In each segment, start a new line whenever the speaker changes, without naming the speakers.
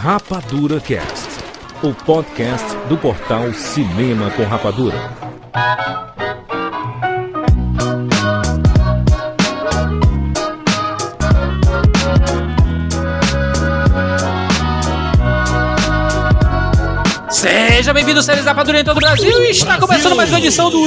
Rapadura Cast, o podcast do portal Cinema com Rapadura.
Seja bem-vindo, séries Rapadura em todo o Brasil. Está começando mais uma edição do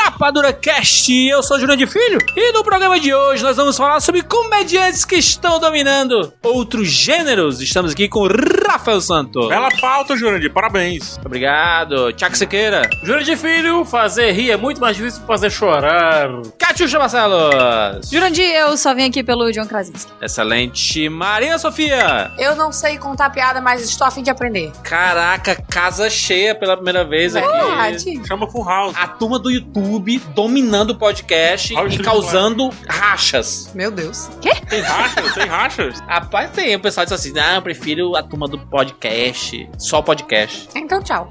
Rapadura Cast. Eu sou Júnior de Filho e no programa de hoje nós vamos falar sobre comediantes que estão dominando outros gêneros. Estamos aqui com Rafael Santos.
Bela pauta, Jurandir, parabéns.
Muito Obrigado. Tiago Sequeira.
Júnior de Filho, fazer rir é muito mais difícil que fazer chorar.
Catiuxa Marcelos.
Jurandir, eu só vim aqui pelo John Krasinski.
Excelente. Marina Sofia.
Eu não sei contar piada, mas estou a fim de aprender.
Caraca, casa cheia pela primeira vez aqui.
Verdade.
Chama Full House.
A turma do YouTube dominando o podcast
Olha o
e
Chico
causando rachas.
Meu Deus.
Tem rachas, tem rachas.
Rapaz, tem. O pessoal diz assim: ah, eu prefiro a turma do podcast. Só podcast.
Então, tchau.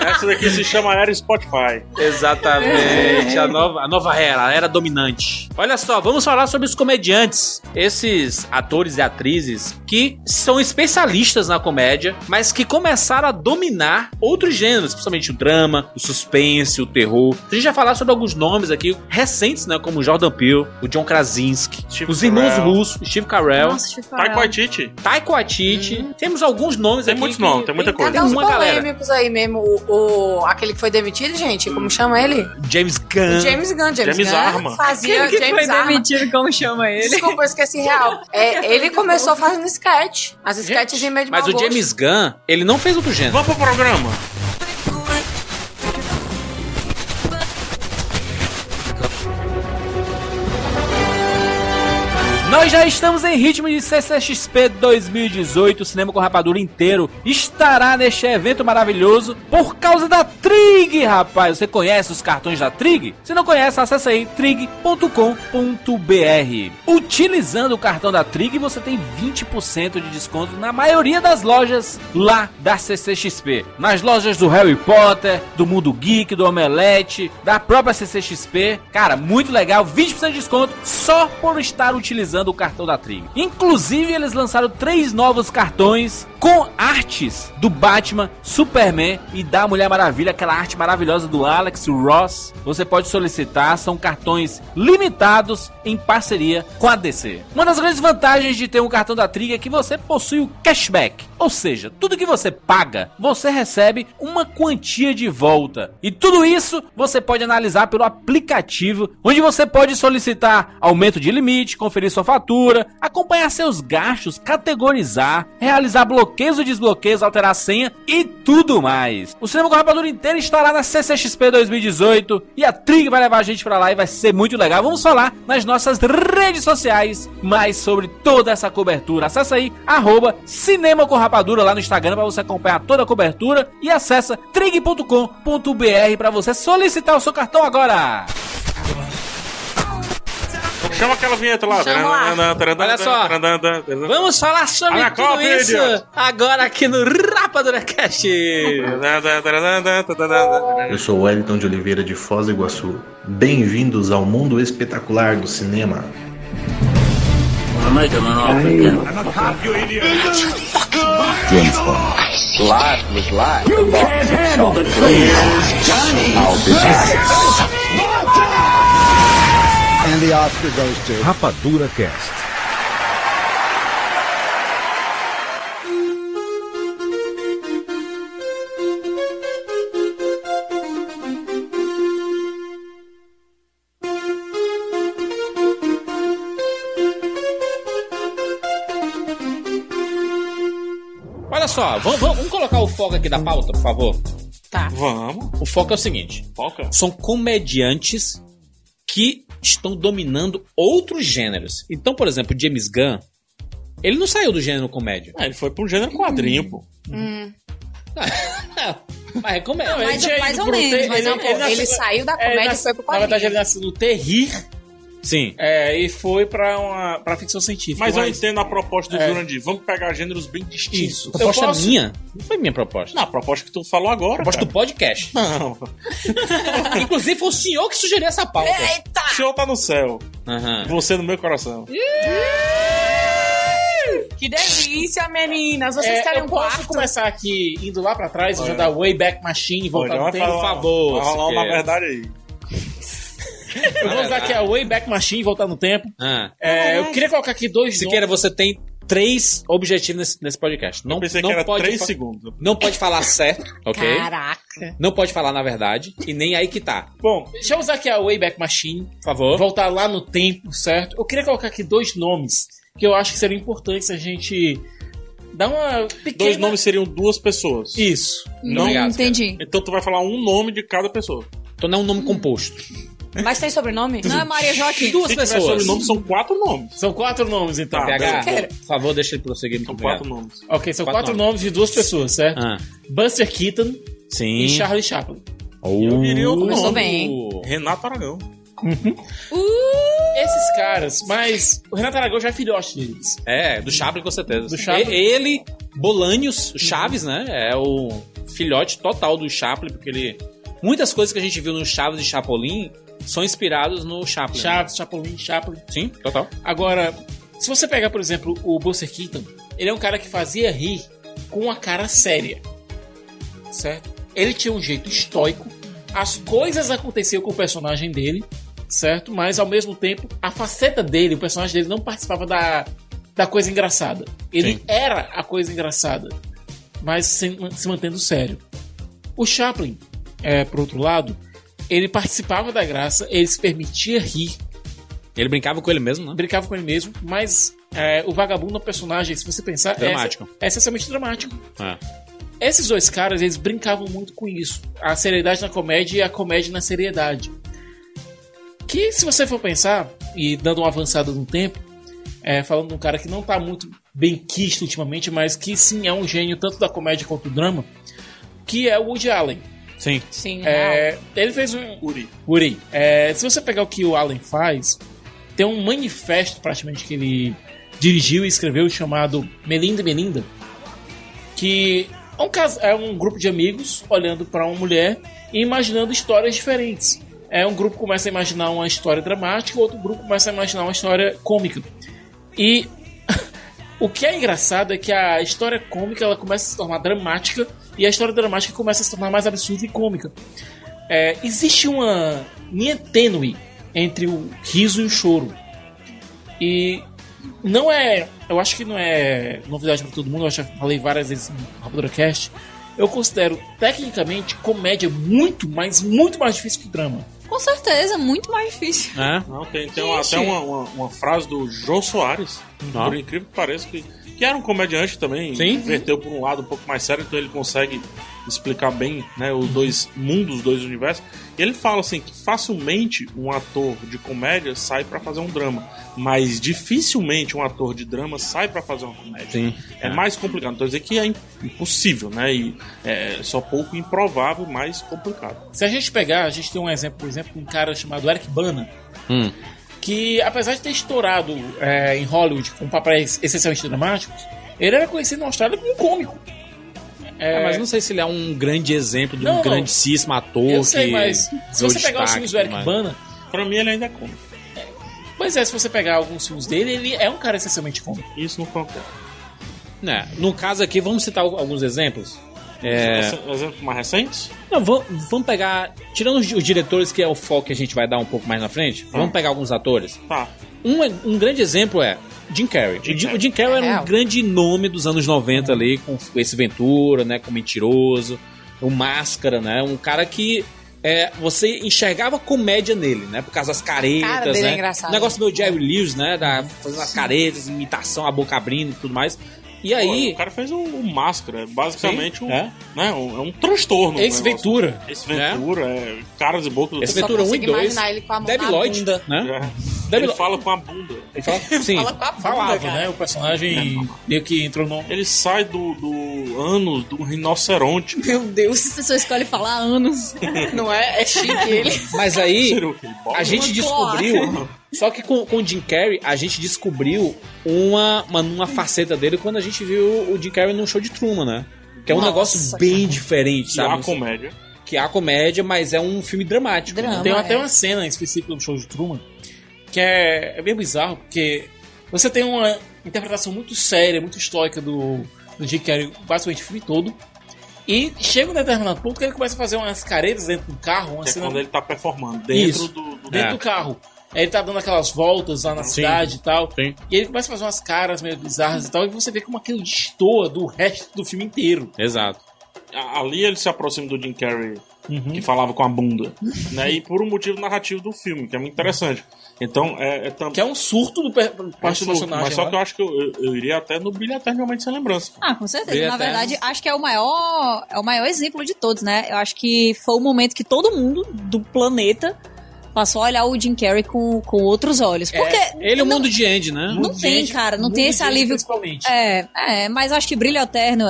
Essa daqui se chama Era Spotify.
Exatamente. a, nova, a nova era, a era dominante. Olha só, vamos falar sobre os comediantes. Esses atores e atrizes que são especialistas na comédia, mas que começaram a dominar outros gêneros, principalmente o drama, o suspense, o terror. A gente vai falar sobre alguns nomes aqui recentes, né? Como o Jordan Peele, o John Krasinski,
Steve
os irmãos
Carell.
russos, Steve Carell.
Nossa, Chico
é
Taiko
Aral.
Waititi.
Taiko Atiti. Temos alguns nomes
Uhum. Tem
aqui.
muitos
que-
nomes, tem muita coisa.
Cadê
Tem
os
uma galera.
polêmicos aí mesmo? O, o- aquele que foi demitido, gente? Como chama ele?
James Gunn.
O James Gunn. James,
James
Gunn
Arma.
fazia
Aquele que
James
foi
Arma.
demitido, como chama ele?
Desculpa, eu esqueci real. É, ele começou fazendo sketch. As sketches em meio de
Mas
mau
o
gosto.
James Gunn, ele não fez outro gênero.
Vamos pro programa.
Nós já estamos em ritmo de CCXP 2018, o cinema com rapadura inteiro estará neste evento maravilhoso por causa da Trig, rapaz. Você conhece os cartões da Trig? Se não conhece, acessa aí trig.com.br. Utilizando o cartão da Trig, você tem 20% de desconto na maioria das lojas lá da CCXP. Nas lojas do Harry Potter, do Mundo Geek, do Omelete, da própria CCXP. Cara, muito legal, 20% de desconto só por estar utilizando o cartão da Trig. Inclusive, eles lançaram três novos cartões com artes do Batman, Superman e da Mulher Maravilha, aquela arte maravilhosa do Alex Ross. Você pode solicitar, são cartões limitados em parceria com a DC. Uma das grandes vantagens de ter um cartão da Trig é que você possui o cashback, ou seja, tudo que você paga, você recebe uma quantia de volta. E tudo isso você pode analisar pelo aplicativo, onde você pode solicitar aumento de limite, conferir sua fatura, acompanhar seus gastos, categorizar, realizar bloqueios e desbloqueios, alterar a senha e tudo mais. O Cinema com Rapadura inteiro estará na CCXP 2018 e a Trig vai levar a gente pra lá e vai ser muito legal. Vamos falar nas nossas redes sociais mais sobre toda essa cobertura. Acessa aí, arroba Cinema com Rapadura lá no Instagram pra você acompanhar toda a cobertura e acessa trig.com.br pra você solicitar o seu cartão agora.
Chama aquela vinheta lá.
Chama lá.
Taranana, taranana,
Olha só.
taranana, taranana.
Vamos falar sobre
Olha a
tudo
Copa,
isso
idiota.
agora aqui no Rapadura Cast.
Taranana, taranana, taranana.
Eu sou Wellington de Oliveira de Foz do Iguaçu. Bem-vindos ao mundo espetacular do cinema.
Rapadura Cast.
Olha só, vamos, vamos- vamos colocar o foco aqui da pauta, por favor.
Vamos.
O foco é o seguinte:
Foca.
são comediantes que estão dominando outros gêneros. Então, por exemplo, James Gunn, ele não saiu do gênero comédia.
Ah, ele foi pro gênero quadrinho, pô.
Mas é comédia.
Mas-
Ele-
mais ou
pro
menos,
ter-
mas
Não, pô, é um ele, saiu da
é,
comédia
nas-
e foi pro
Na verdade,
quadrinho.
ele nasceu no terrir
Sim.
é, e foi pra, uma, pra ficção científica.
Mas eu entendo a proposta do
É.
Jurandir. Vamos pegar gêneros bem distintos.
Isso.
Eu
Proposta
posso-
minha? Não foi minha proposta.
Não, a proposta que tu falou agora.
proposta
cara.
do podcast.
Não.
Inclusive, foi o senhor que sugeriu essa pauta.
Eita!
O senhor tá no céu.
Aham.
Você no meu coração.
Que delícia, meninas. Vocês
É,
querem
eu
um
posso
quarto?
começar aqui, indo lá pra trás,
Olha.
ajudar o Wayback Machine e voltar
Olha,
no
vai
tempo?
falar-
favor,
vai falar uma
Siqueira.
verdade aí.
Eu vou usar aqui a Wayback Machine e voltar no tempo.
Ah.
É, eu queria colocar aqui dois
Siqueira, você tem três objetivos nesse, nesse podcast. Não,
eu pensei
não
que era
pode
3
fa-
segundos.
Não pode falar certo, ok?
Caraca.
Não pode falar na verdade. E nem aí que tá.
Bom,
Deixa eu usar aqui a Wayback Machine,
Por favor.
voltar lá no tempo, certo? Eu queria colocar aqui dois nomes que eu acho que seriam importantes a gente dar uma pequena...
dois nomes seriam duas pessoas.
Isso.
Hum.
Não,
Obrigado,
entendi.
Então tu vai falar um nome de cada pessoa.
Então não é um nome composto.
Mas tem sobrenome?
Não é Maria Joaquim.
Duas
Se tiver
pessoas.
sobrenome, são quatro nomes.
São quatro nomes, então.
Tá,
PH,
beleza.
por favor, deixa ele prosseguir. Muito
São
obrigado.
quatro nomes.
Ok, são
Quatro
quatro, nomes de duas pessoas, certo?
Ah,
Buster Keaton e
sim.
Charlie Chaplin.
Oh.
Eu diria outro
Começou
nome.
bem, hein?
Renato Aragão.
Esses caras, mas o Renato Aragão já é filhote deles.
É, do Chaplin com certeza.
Do Chaplin.
E- Ele, Bolanhos, o Chaves, né? É o filhote total do Chaplin, porque ele. Muitas coisas que a gente viu no Chaves e Chapolin são inspirados no Chaplin. né?
Chaves, Chapolin, Chaplin.
Sim, total.
Agora, se você pegar, por exemplo, o Buster Keaton, ele é um cara que fazia rir com uma cara séria. Certo? Ele tinha um jeito estoico, as coisas aconteciam com o personagem dele, certo? Mas ao mesmo tempo, a faceta dele, o personagem dele não participava da, da coisa engraçada. Ele era a coisa engraçada, mas se, se mantendo sério. O Chaplin, é, por outro lado, ele participava da graça, ele se permitia rir,
Ele brincava com ele mesmo, né?
brincava com ele mesmo, mas é, o vagabundo é um personagem, se você pensar, é-
Dramático.
É, essencialmente dramático. Esses dois caras, eles brincavam muito com isso. A seriedade na comédia e a comédia na seriedade. Que, se você for pensar, e dando uma avançada no tempo, é, falando de um cara que não tá muito bem quisto ultimamente, mas que sim é um gênio tanto da comédia quanto do drama, que é o Woody Allen.
Sim.
Sim.
É, ele fez um,
Uri.
Uri, é, se você pegar o que o Allen faz, tem um manifesto praticamente que ele dirigiu e escreveu chamado Melinda e Melinda, que é um, cas- é um grupo de amigos olhando para uma mulher e imaginando histórias diferentes. É um grupo começa a imaginar uma história dramática, outro grupo começa a imaginar uma história cômica. E o que é engraçado é que a história cômica ela começa a se tornar dramática e a história dramática começa a se tornar mais absurda e cômica. É, existe uma linha tênue entre o riso e o choro. E não é. Eu acho que não é novidade para todo mundo, eu acho que eu falei várias vezes no Rapadoracast. Eu considero, tecnicamente, comédia muito, mas muito mais difícil que drama.
Com certeza, muito mais difícil.
É.
Não, tem, tem uma- até uma, uma, uma frase do Jô Soares,
Ah.
por incrível que pareça, que, que era um comediante também,
Sim.
inverteu por um lado um pouco mais sério, então ele consegue explicar bem né, os dois mundos, os dois universos. E ele fala assim que facilmente um ator de comédia sai pra fazer um drama, mas dificilmente um ator de drama sai pra fazer uma comédia.
Sim.
É mais complicado. Então dizer que é im- impossível, né? E é só pouco improvável, mas complicado.
Se a gente pegar, a gente tem um exemplo, por exemplo, de um cara chamado Eric Bana,
Hum.
que apesar de ter estourado é, em Hollywood com papéis essencialmente dramáticos, ele era conhecido na Austrália como um cômico.
É, mas não sei se ele é um grande exemplo de
Não,
um
não.
grandíssimo ator.
Eu sei,
que
mas se
deu
você pegar os
destaque,
filmes do Eric
mas-
Bana,
Pra mim ele ainda é cômico.
pois é, se você pegar alguns filmes dele, ele é um cara essencialmente cômico.
Isso não acontece.
Né, No caso aqui, vamos citar al- alguns exemplos. É,
Esse- um Exemplo mais recente?
Não, va- vamos pegar. Tirando os, di- os diretores, que é o foco que a gente vai dar um pouco mais na frente, vamos pegar alguns atores.
Tá.
Um, é- um grande exemplo é Jim Carrey.
Jim
o, Jim,
Carrey.
o Jim Carrey era
Real.
um grande nome dos anos 90 ali, com esse Ventura, né? Com Mentiroso, o Máscara, né? Um cara que. é, você enxergava comédia nele, né? Por causa das caretas,
Cara dele
né?
é Uhum. engraçado.
O negócio meio Jerry Lewis, né? Da, fazendo as caretas, imitação, a boca abrindo e tudo mais. E
O
É aí.
cara fez um, um máscara, basicamente um,
é.
né, um, é um transtorno. o
Esse
negócio.
Ventura.
Esse Ventura, é, caras e bocas.
Esse
Só
Ventura 1 e
consigo
2.
imaginar ele com a mão
Debbie
na
Lloyd,
bunda.
né?
É.
Deve-
Ele fala com a bunda.
Ele fala, sim.
Fala com a bunda,
Falava,
cara.
né? O personagem meio que entrou no.
Ele sai do, do ânus do rinoceronte.
Meu Deus.
As pessoas escolhem falar há anos.
Não é? É chique ele.
Mas aí,
Tirou aquele bolo.
a gente descobriu. Só que com, com o Jim Carrey, a gente descobriu uma, uma, uma faceta dele quando a gente viu o Jim Carrey num show de Truman, né? Que é um
Nossa,
negócio bem diferente,
E a
sabe?
comédia.
Que há comédia, mas é um filme dramático.
né?
Drama.
Tem
é.
até uma cena específica do show de Truman que é, é meio bizarro, porque você tem uma interpretação muito séria, muito histórica do, do Jim Carrey, basicamente o filme todo. E chega um determinado ponto que ele começa a fazer umas caretas dentro do carro, uma
Que é
cena
quando ele tá performando dentro
Isso.
do, do-
dentro
É.
do carro. Aí ele tá dando aquelas voltas lá na
Sim.
cidade e tal.
Sim.
E ele começa a fazer umas caras meio bizarras e tal. E você vê como aquilo destoa do resto do filme inteiro.
É.
Exato.
A- Ali ele se aproxima do Jim Carrey,
Uhum.
que falava com a bunda. né? E por um motivo narrativo do filme, que é muito interessante. Então, é, é tam-
Que é um surto do per-
é surto,
parte do um personagem. né?
Mas só
lá.
que eu acho que eu, eu- eu iria até no Brilho Eternamente Sem Lembrança.
Ah, com certeza.
Brilho
Na
Eterno.
verdade, acho que é o maior, é o maior exemplo de todos, né? Eu acho que foi o momento que todo mundo do planeta passou a olhar o Jim Carrey com, com outros olhos. Porque
um
Ele é o
não-
mundo de Andy, né?
não
Muita
tem,
gente-
cara, não
muita
tem esse
gente,
alívio.
Principalmente.
É, é, mas acho que Brilho Eterno.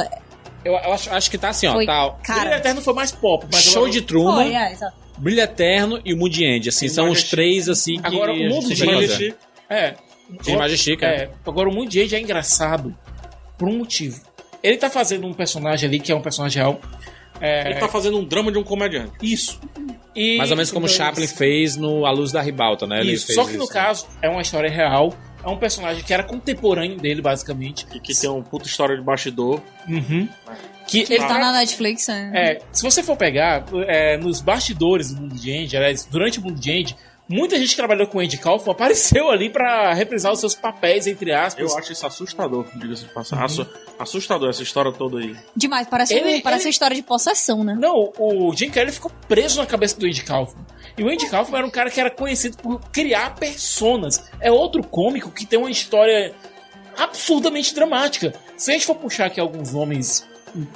Eu, eu acho, acho que tá assim, ó.
Foi.
Tá,
Brilho
Cara,
Eterno foi mais pop, mas
show
agora-
de Truman,
foi, é, exato.
Brilho Eterno e o Mundo de Andy. Assim,
E
são os
Majestic.
três, assim, que
Agora, o
a
Mundo
gente
de
tem que
Andy-
fazer.
Ele-
É.
Tem imagem chique,
é. Agora, o Mundo de Age é engraçado por um motivo. Ele tá fazendo um personagem ali que é um personagem real. É,
Ele tá fazendo um drama de um comediante.
Isso. E-
Mais ou menos como o
então,
Chaplin fez no A Luz da Ribalta, né? Ele
Isso.
fez
Só que no
isso, né?
caso, é uma história real. É um personagem que era contemporâneo dele, basicamente. Uhum.
E que tem um uma puta história de bastidor.
Que
Ele tá
tá-
na Netflix, né?
É, se você for pegar, é, nos bastidores do mundo de Andy, aliás, durante o mundo de Andy, muita gente que trabalhou com o Andy Kaufman apareceu ali pra reprisar os seus papéis, entre aspas.
Eu acho isso assustador, diga-se de passagem. Assu- Assustador essa história toda aí.
Demais, parece,
Ele-
um- parece
ele-
uma história de possessão, né?
Não, o Jim Carrey ficou preso na cabeça do Andy Kaufman. E o Andy Kaufman era um cara que era conhecido por criar personas. É outro cômico que tem uma história absurdamente dramática. Se a gente for puxar aqui alguns nomes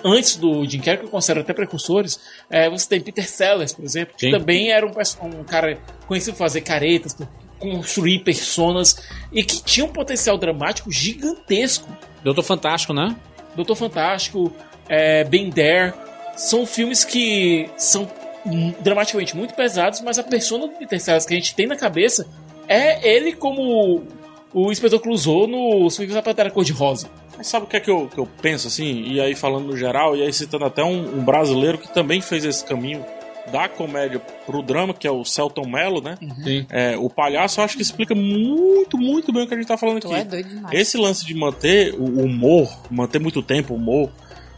antes do Jim Carrey, que eu considero até precursores, é, você tem Peter Sellers, por exemplo, que
Sim.
também era um, perso- um cara conhecido por fazer caretas, por construir personas, e que tinha um potencial dramático gigantesco.
Doutor Fantástico, né?
Doutor Fantástico, é, Ben There, são filmes que são hum, dramaticamente muito pesados, mas a persona do Peter Sellers que a gente tem na cabeça é ele como o Inspetor Clouseau no Os Filmes da Pantera Cor-de-Rosa.
Mas sabe o que é que eu, que eu penso, assim? E aí falando no geral, e aí citando até um, um brasileiro que também fez esse caminho da comédia pro drama, que é o Celton Mello, né?
Sim.
É, o palhaço eu acho que explica muito, muito bem o que a gente tá falando
Tu
aqui.
é doido demais.
Esse lance de manter o humor, manter muito tempo o humor,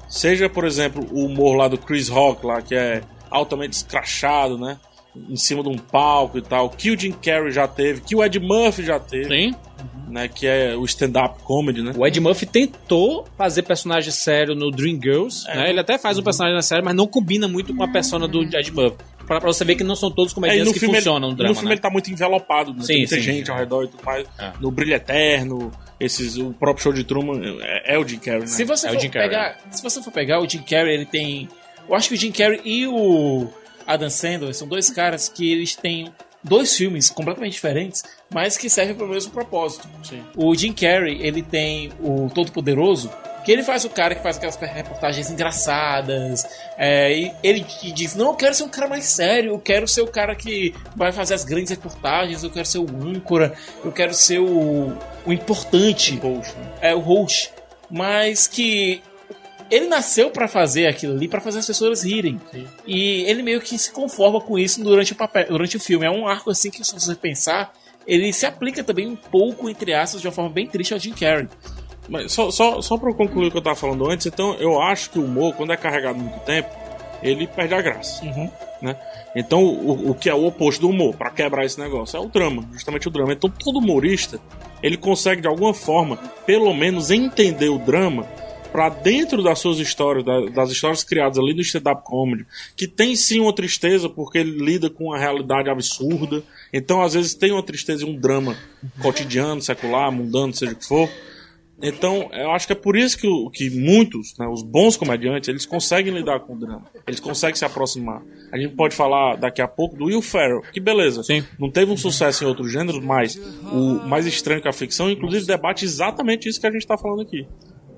seja, por exemplo, o humor lá do Chris Rock, lá, que é altamente escrachado, né? Em cima de um palco e tal, que o Jim Carrey já teve, que o Ed Murphy já teve,
Sim.
né? Que é o stand-up comedy, né?
O Ed Murphy tentou fazer personagem sério no Dreamgirls, né? Ele até faz um personagem na série, mas não combina muito com a persona do Ed Murphy. Pra, pra você ver que não são todos
É, e
comediantes que funcionam
ele,
no drama,
no filme
né?
ele tá muito envelopado, né?
Sim,
Tem muita
sim.
gente ao redor e tudo mais.
É.
No Brilho Eterno, esses, o próprio show de Truman é, é o Jim Carrey, né?
Se você
É o
for
Jim Carrey,
pegar, se você for pegar o Jim Carrey, ele tem, eu acho que o Jim Carrey e o Adam Sandler são dois caras que eles têm dois filmes completamente diferentes, mas que servem para o mesmo propósito.
Sim.
O Jim Carrey, ele tem o Todo Poderoso, que ele faz o cara que faz aquelas reportagens engraçadas. é, e ele que diz: Não, eu quero ser um cara mais sério, eu quero ser o cara que vai fazer as grandes reportagens, eu quero ser o âncora, eu quero ser o, o importante é o host, mas que ele nasceu pra fazer aquilo ali, pra fazer as pessoas rirem. E ele meio que se conforma com isso durante o papel, durante o filme. É um arco assim que se você pensar, ele se aplica também um pouco entre aspas de uma forma bem triste ao Jim Carrey.
Mas só, só, só pra eu concluir o que eu tava falando antes, então eu acho que o humor, quando é carregado muito tempo, ele perde a graça. Né? Então, o, o que é o oposto do humor, pra quebrar esse negócio, é o drama, justamente o drama. Então, todo humorista, ele consegue, de alguma forma, pelo menos entender o drama pra dentro das suas histórias, da- das histórias criadas ali no stand-up comedy, que tem sim uma tristeza, porque ele lida com uma realidade absurda. Então, às vezes, tem uma tristeza e um drama cotidiano, secular, mundano, seja o que for. Então, eu acho que é por isso que, o- que muitos, né, os bons comediantes, eles conseguem lidar com o drama. Eles conseguem se aproximar. A gente pode falar daqui a pouco do Will Ferrell, que beleza.
Sim.
Não teve um sucesso em outros gêneros, mas o mais estranho que a ficção, inclusive, debate exatamente isso que a gente tá falando aqui.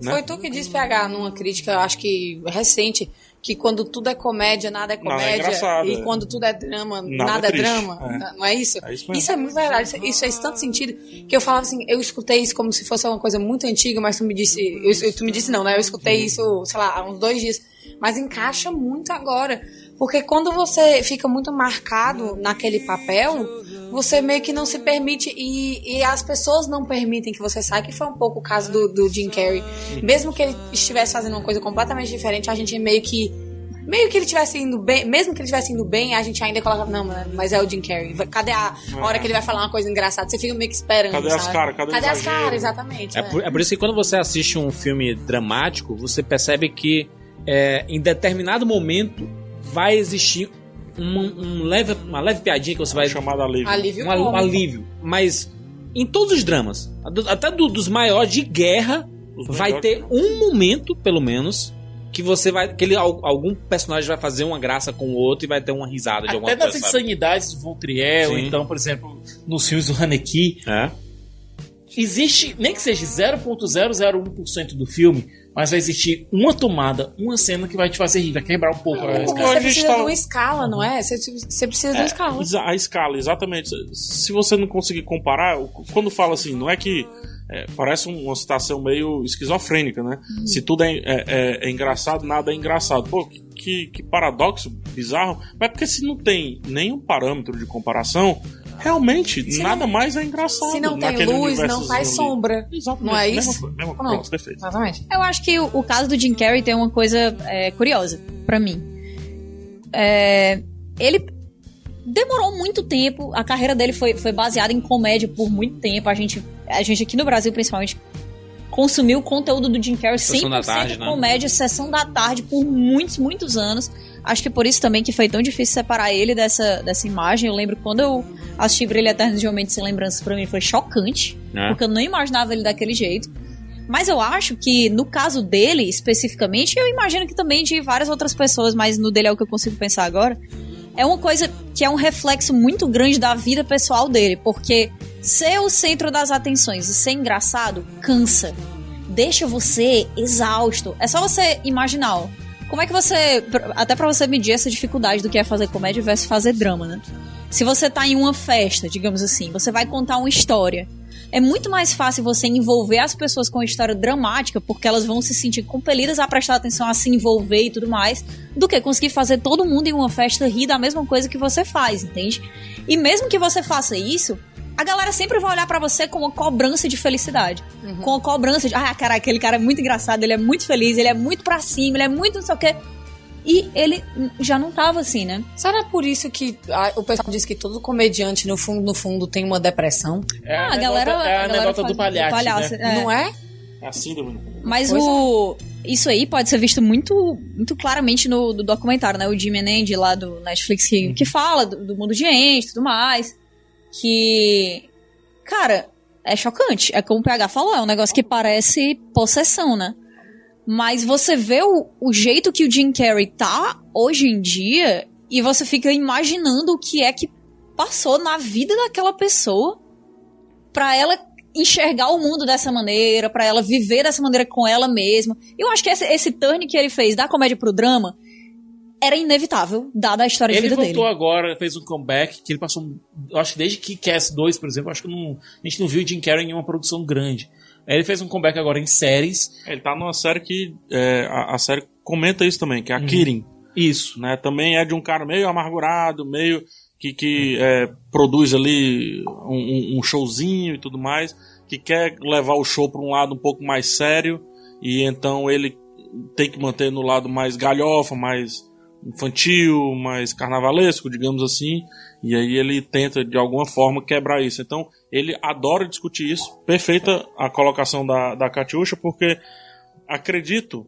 né?
Foi tu que disse, PH, numa crítica, eu acho que recente, que quando tudo é comédia, nada é
Nada é
comédia.
engraçado, é.
e quando tudo é drama,
Nada
nada,
é
é,
triste,
drama.
é.
na- Não é isso?
É isso mesmo.
isso é muito verdade. Isso, isso fez tanto sentido que eu falava assim, eu escutei isso como se fosse uma coisa muito antiga, mas tu me disse. eu- tu me disse não, né? Eu escutei isso, sei lá, há uns dois dias. Mas encaixa muito agora. Porque quando você fica muito marcado naquele papel, você meio que não se permite e, e as pessoas não permitem que você saia, que foi um pouco o caso do, do Jim Carrey. Mesmo que ele estivesse fazendo uma coisa completamente diferente, a gente meio que. Meio que ele tivesse indo bem, mesmo que ele tivesse indo bem, a gente ainda colocava, não, mano, mas é o Jim Carrey. vai- Cadê a hora que ele vai falar uma coisa engraçada? Você fica meio que esperando.
É. Cadê as
sabe?
caras? Cadê o
Cadê as
exagero?
caras? Exatamente.
É
né?
por, é por isso que quando você assiste um filme dramático, você percebe que é, em determinado momento vai existir uma, um leve, uma leve piadinha que você vai.
Chamada livre.
Alívio
um, al-
cômico.
alívio. Mas em todos os dramas, do- até do- dos maiores de guerra,
Os
vai
melhores
ter
dramas.
um momento, pelo menos, que você vai. que ele, al- algum personagem vai fazer uma graça com o outro e vai ter uma risada de alguma
Até nas
coisa. sabe?
insanidades do Voltriel, ou
Sim.
então, por exemplo, nos filmes do Haneke,
É.
existe, nem que seja 0.001% do filme, mas vai existir uma tomada, uma cena que vai te fazer rir, vai quebrar um pouco. né?
Porque
Hoje
você precisa
está-
de uma escala, não é? Você, você precisa de uma escala.
Exa- A escala, exatamente. Se você não conseguir comparar, o- quando fala assim, não é que. é, parece uma situação meio esquizofrênica, né?
Uhum.
Se tudo é, é- é- é engraçado, nada é engraçado. Pô, que, que paradoxo bizarro. Mas porque se não tem nenhum parâmetro de comparação, realmente
Se
nada mais é engraçado.
Se não tem
naquele
luz, não
universozinho
faz
ali.
sombra.
Exatamente.
Não é
mesma
isso?
coisa, mesma
Não. Ah.
coisa, perfeito.
Exatamente.
Eu acho que o, o caso do Jim Carrey tem uma coisa é, curiosa pra mim. É, ele demorou muito tempo, a carreira dele foi, foi baseada em comédia por muito tempo. A gente, a gente aqui no Brasil, principalmente, consumiu o conteúdo do Jim Carrey
Sessão da
100%
tarde, né?
comédia, sessão da tarde, por muitos, muitos anos. Acho que por isso também que foi tão difícil separar ele dessa, dessa imagem. Eu lembro quando eu assisti Brilho Eterno de Homem Sem Lembranças, pra mim foi chocante.
É.
Porque eu não imaginava ele daquele jeito. Mas eu acho que no caso dele, especificamente, eu imagino que também de várias outras pessoas, mas no dele é o que eu consigo pensar agora. É uma coisa que é um reflexo muito grande da vida pessoal dele, porque ser o centro das atenções e ser engraçado cansa. Deixa você exausto. É só você imaginar, ó. Como é que você. pr- Até pra você medir essa dificuldade do que é fazer comédia versus fazer drama, né? Se você tá em uma festa, digamos assim, você vai contar uma história. É muito mais fácil você envolver as pessoas com uma história dramática, porque elas vão se sentir compelidas a prestar atenção, a se envolver e tudo mais, do que conseguir fazer todo mundo em uma festa rir da mesma coisa que você faz, entende? E mesmo que você faça isso, a galera sempre vai olhar pra você com uma cobrança de felicidade.
Uhum.
Com a cobrança de, ah, cara, aquele cara é muito engraçado, ele é muito feliz, ele é muito pra cima, ele é muito não sei o quê. E ele hum, já não tava assim, né?
Será por isso que ah, o pessoal diz que todo comediante, no fundo, no fundo, tem uma depressão?
É
ah,
anedota- é a anedota
fala-
do palhaço. né?
é.
Não é?
É a síndrome. do-
Mas
Pois
o. Isso aí pode ser visto muito, muito claramente no, no documentário, né? O Jimmy and Andy lá do Netflix que, que fala do, do mundo de Andy e tudo mais. Que. Cara, é chocante. É como o PH falou, é um negócio que parece possessão, né? Mas você vê o, o jeito que o Jim Carrey tá hoje em dia e você fica imaginando o que é que passou na vida daquela pessoa pra ela enxergar o mundo dessa maneira, pra ela viver dessa maneira com ela mesma. Eu acho que esse, esse turn que ele fez da comédia pro drama era inevitável, dada a história de
Ele
vida
voltou
dele.
agora, fez um comeback que ele passou. um- Eu acho que desde Kick-Ass 2, por exemplo, eu acho que não- a gente não viu o Jim Carrey em uma produção grande. Aí Ele fez um comeback agora em séries.
Ele tá numa série que. é, a, a série comenta isso também,
Uhum.
que é a Kirin.
Isso.
né? Também é de um cara meio amargurado, meio que, que é, produz ali um, um- um showzinho e tudo mais, que quer levar o show para um lado um pouco mais sério e então ele tem que manter no lado mais galhofa, mais infantil, mais carnavalesco, digamos assim, e aí ele tenta de alguma forma quebrar isso. Então ele adora discutir isso. Perfeita a colocação da, da Catiuxa, porque acredito,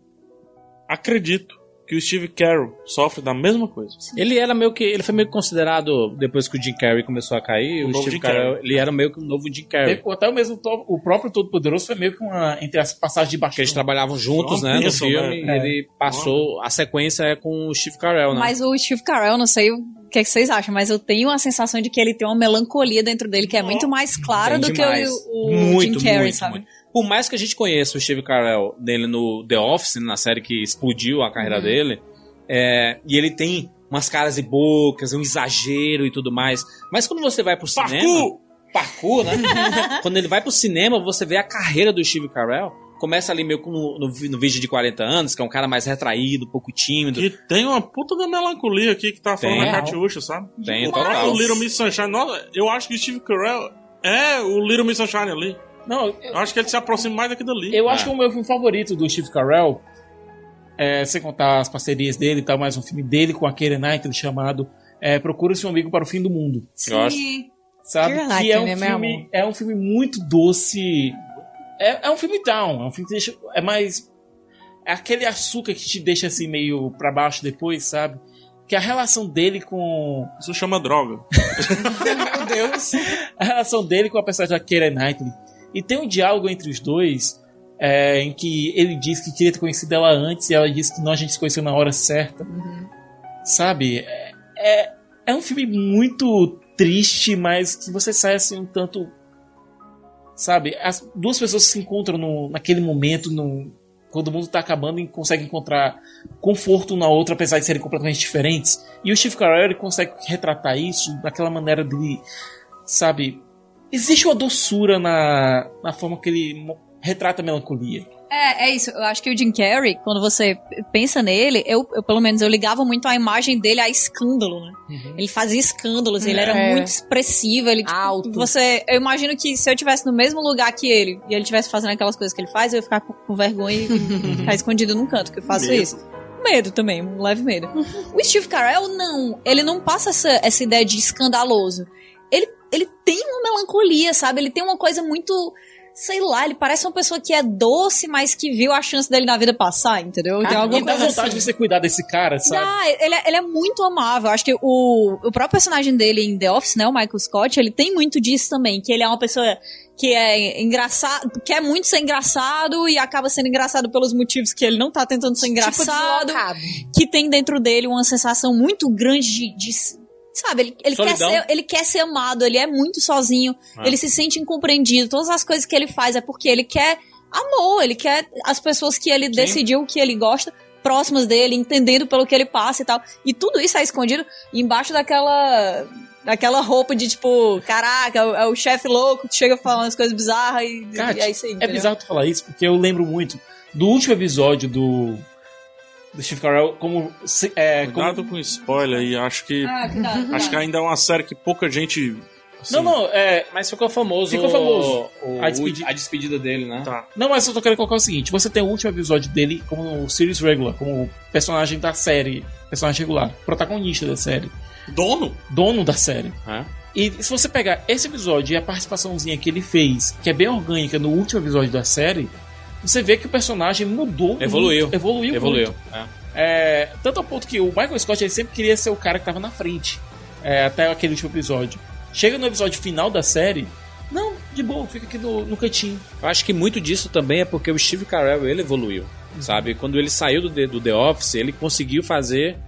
acredito que o Steve Carell sofre da mesma coisa.
Ele era meio que. Ele foi meio que considerado, depois que o Jim Carrey começou a cair,
O
o,
novo
Steve
Jim
Carell, ele era meio que o novo Jim Carrey.
Teve- Até o mesmo to- o próprio Todo Poderoso foi meio que uma entre as passagens de
Porque eles
bastante.
trabalhavam juntos,
Uma
né, no
bênção,
filme,
né?
e ele passou... A sequência é com o Steve Carell, né?
É. Mas o Steve Carell, não sei o que, é que vocês acham, mas eu tenho a sensação de que ele tem uma melancolia dentro dele que é muito mais
Tem
clara do que
demais.
o, o
muito,
Jim Carrey,
muito,
sabe?
muito. Por mais que a gente conheça o Steve Carell dele no The Office, na série que explodiu a
Uhum.
carreira dele, é, e ele tem umas caras e bocas, um exagero e tudo mais, mas quando você vai pro cinema...
Parkour!
parkour, né? Quando ele vai pro cinema, você vê a carreira do Steve Carell. Começa ali meio que no, no, vi- no vídeo de 40 anos, que é um cara mais retraído, pouco tímido.
Que tem uma puta da melancolia aqui que tá falando
Tem.
da Catiuxa, sabe? é
Tem,
o
total.
próprio Little Miss Sunshine. Nossa, eu acho que o Steve Carell é o Little Miss Sunshine ali.
Não, eu,
Eu acho que ele se aproxima mais daqui dali.
eu acho que é o meu filme favorito do Steve Carell, é, sem contar as parcerias dele e tal, mais um filme dele com a Keira Knightley chamado é, Procura-se um Amigo para o Fim do Mundo.
acho-
Sim.
Sabe?
Keira
que é
Knightley,
um,
né, meu
filme,
amor?
é um filme muito doce. É, é um filme down. É um filme que deixa. É mais. É aquele açúcar que te deixa assim meio pra baixo depois, sabe? Que é a relação dele com.
Isso chama droga.
Meu Deus.
A relação dele com a personagem da Keira Knightley. E tem um diálogo entre os dois. é, em que ele diz que queria ter conhecido ela antes e ela diz que não, a gente se conheceu na hora certa.
Uhum.
Sabe? É, é, é um filme muito triste, mas que você sai assim um tanto. Sabe? As duas pessoas se encontram no, naquele momento, no, quando o mundo tá acabando, e conseguem encontrar conforto na outra, apesar de serem completamente diferentes. E o Steve Carell ele consegue retratar isso daquela maneira de. Sabe? Existe uma doçura na, na forma que ele mo- retrata a melancolia.
É, é isso. Eu acho que o Jim Carrey, quando você pensa nele, eu, eu, pelo menos eu ligava muito a imagem dele a escândalo, né? Ele fazia escândalos, ele era
É.
muito expressivo, ele tipo,
Alto.
você, eu imagino que se eu tivesse no mesmo lugar que ele e ele tivesse fazendo aquelas coisas que ele faz, eu ia ficar com, com vergonha e ficar escondido num canto que eu faço
Medo.
isso. Medo também, um leve medo. O Steve Carell não, ele não passa essa, essa ideia de escandaloso. Ele, ele tem uma melancolia, sabe? Ele tem uma coisa muito sei lá, ele parece uma pessoa que é doce, mas que viu a chance dele na vida passar, entendeu? Tem
Ah,
alguma
e dá
coisa
vontade
assim.
de você cuidar desse cara, sabe?
Ah, ele, é- ele é muito amável. Acho que o, o próprio personagem dele em The Office, né, o Michael Scott, ele tem muito disso também, que ele é uma pessoa que é engraçado, quer muito ser engraçado e acaba sendo engraçado pelos motivos que ele não tá tentando
Tipo,
ser engraçado, que tem dentro dele uma sensação muito grande de, de- sabe, ele, ele quer
Solidão.
ser, ele quer ser amado, ele é muito sozinho,
Ah.
ele se sente incompreendido, todas as coisas que ele faz é porque ele quer amor, ele quer as pessoas que ele decidiu que ele gosta próximas dele, entendendo pelo que ele passa e tal. E tudo isso é escondido embaixo daquela daquela roupa de tipo, caraca, é o, é o chefe louco que chega falando as coisas bizarras e,
Cara,
e é isso aí.
É
entendeu?
bizarro tu falar isso, porque eu lembro muito do último episódio do, do Steve Carell como, se- é, como-
Cuidado com spoiler aí. Acho que.
Ah, cuidado, cuidado.
Acho que ainda é uma série que pouca gente. assim,
Não, não, é...
Mas ficou famoso.
Ficou famoso.
o-
A despedi-
a despedida dele, né?
Tá.
Não, mas eu tô querendo colocar o seguinte, você tem o último episódio dele como um series regular, como um personagem da série, personagem regular, protagonista da série,
Dono?
dono da série.
É.
E se você pegar esse episódio e a participaçãozinha que ele fez, que é bem orgânica no último episódio da série, você vê que o personagem mudou.
Evoluiu.
muito, evoluiu. muito.
Evoluiu. É.
É, tanto ao ponto que o Michael Scott ele sempre queria ser o cara que tava na frente. é, até aquele último episódio. Chega no episódio final da série. Não, de boa, fica aqui no, no cantinho.
Eu acho que muito disso também é porque o Steve Carell ele evoluiu, sabe? Quando ele saiu do The, do The Office, ele conseguiu fazer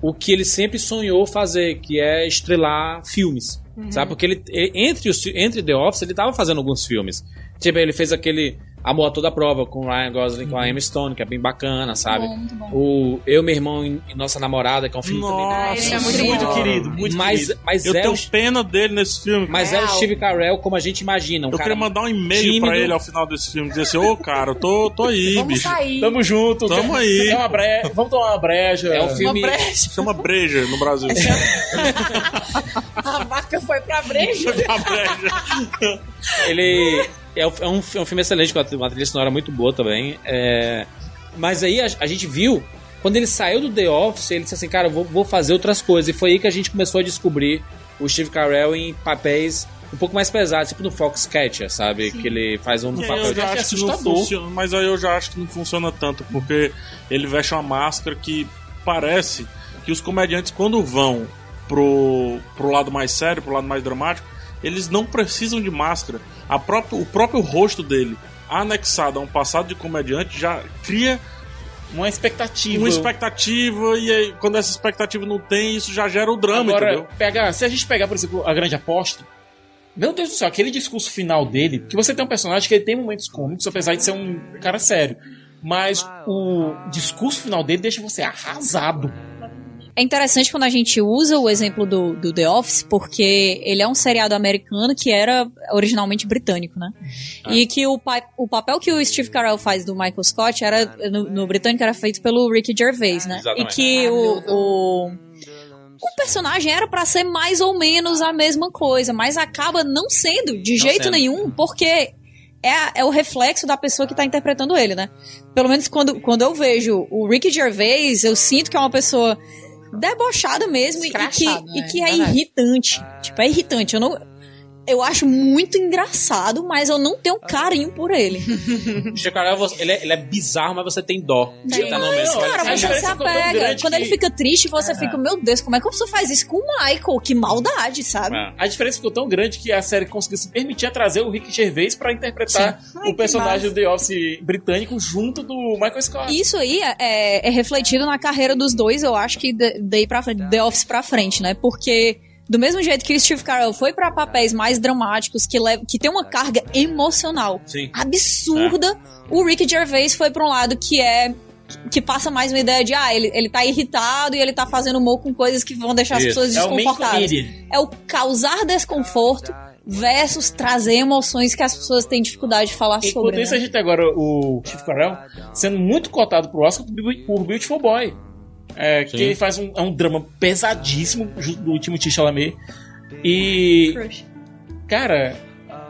o que ele sempre sonhou fazer, que é estrelar filmes, sabe? Porque ele e- entre os fi- entre The Office ele tava fazendo alguns filmes. Tipo, ele fez aquele Amor a toda prova com o Ryan Gosling com a Emma Stone, que é bem bacana, sabe?
Bom, muito bom.
O Eu, meu irmão e Nossa namorada, que é um filme
Nossa,
Ele é
muito,
muito bom.
querido, muito
também.
querido.
Mas mas
Eu
é o
tenho um pena dele nesse filme.
mas é o
Real.
Steve Carell como a gente imagina, um
eu
cara
queria mandar um e-mail
tímido.
pra ele ao final desse filme, dizer assim, ô cara, eu tô, tô aí,
Vamos
bicho.
sair. é
Tamo junto,
Tamo
tem-
aí.
tem É uma bre- Vamos tomar uma breja.
é um
Uma
filme
breja.
Chama é breja no Brasil.
A vaca foi pra breja.
Chama é breja.
ele é um, é um filme excelente, com uma trilha- uma trilha sonora muito boa também. é, mas aí a, a gente viu, quando ele saiu do The Office, ele disse assim, cara, eu vou, vou fazer outras coisas. E foi aí que a gente começou a descobrir o Steve Carell em papéis um pouco mais pesados, tipo no Foxcatcher, sabe? Que ele faz um
E aí
papel...
eu já
que é
acho que não
assustador.
funciona, mas aí eu já acho que não funciona tanto, porque ele veste uma máscara que parece que os comediantes, quando vão pro, pro lado mais sério, pro lado mais dramático, eles não precisam de máscara. A próprio, o próprio rosto dele, anexado a um passado de comediante, já cria
Uma expectativa.
uma expectativa, e aí, quando essa expectativa não tem, isso já gera o drama,
Agora,
entendeu?
pegar, se a gente pegar, por exemplo, a grande aposta, meu Deus do céu, aquele discurso final dele, que você tem um personagem que ele tem momentos cômicos, apesar de ser um cara sério. Mas o discurso final dele deixa você arrasado.
É interessante quando a gente usa o exemplo do, do The Office, porque ele é um seriado americano que era originalmente britânico, né?
Uhum.
E que o, pa- o papel que o Steve Carell faz do Michael Scott era no, no britânico era feito pelo Ricky Gervais, né?
Exatamente.
E que o, o o personagem era pra ser mais ou menos a mesma coisa, mas acaba não sendo de jeito
sendo.
nenhum, porque é, é o reflexo da pessoa que tá interpretando ele, né? Pelo menos quando, quando eu vejo o Ricky Gervais, eu sinto que é uma pessoa debochada mesmo e que,
Escrachado,
e
né?
que é
Verdade.
irritante. Tipo, é irritante. Eu não. Eu acho muito engraçado, mas eu não tenho carinho por ele.
Chico Arel, você- ele, é, ele é bizarro, mas você tem
É.
dó. Você tá no
Mas,
momento, olha,
cara,
você
você
já-
se
ficou tão
apega.
é um grande
Quando ele
que-
fica triste, você fica, meu Deus, como é que a pessoa faz isso com o Michael? Que maldade, sabe?
Ah.
A diferença ficou tão grande que a série conseguiu se permitir a trazer o Rick Gervais pra interpretar o personagem do The Office britânico junto do Michael Scott.
Isso aí é, é refletido na carreira dos dois, eu acho que da- daí pra frente, The Office pra frente, né? Porque do mesmo jeito que o Steve Carell foi pra papéis mais dramáticos, que, lev- que tem uma carga emocional
Sim.
absurda,
É.
o Rick Gervais foi pra um lado que é que passa mais uma ideia de ah, ele, ele tá irritado e ele tá fazendo humor com coisas que vão deixar as
Isso.
pessoas
É o main
desconfortáveis.
comedian.
é o causar desconforto versus trazer emoções que as pessoas têm dificuldade de falar
Enquanto
sobre.
isso,
né?
a gente tem agora o Steve Carell sendo muito cotado pro Oscar por, Be- por Beautiful Boy. É, que ele faz um, é um drama pesadíssimo junto do Timothy Chalamet. E, cara,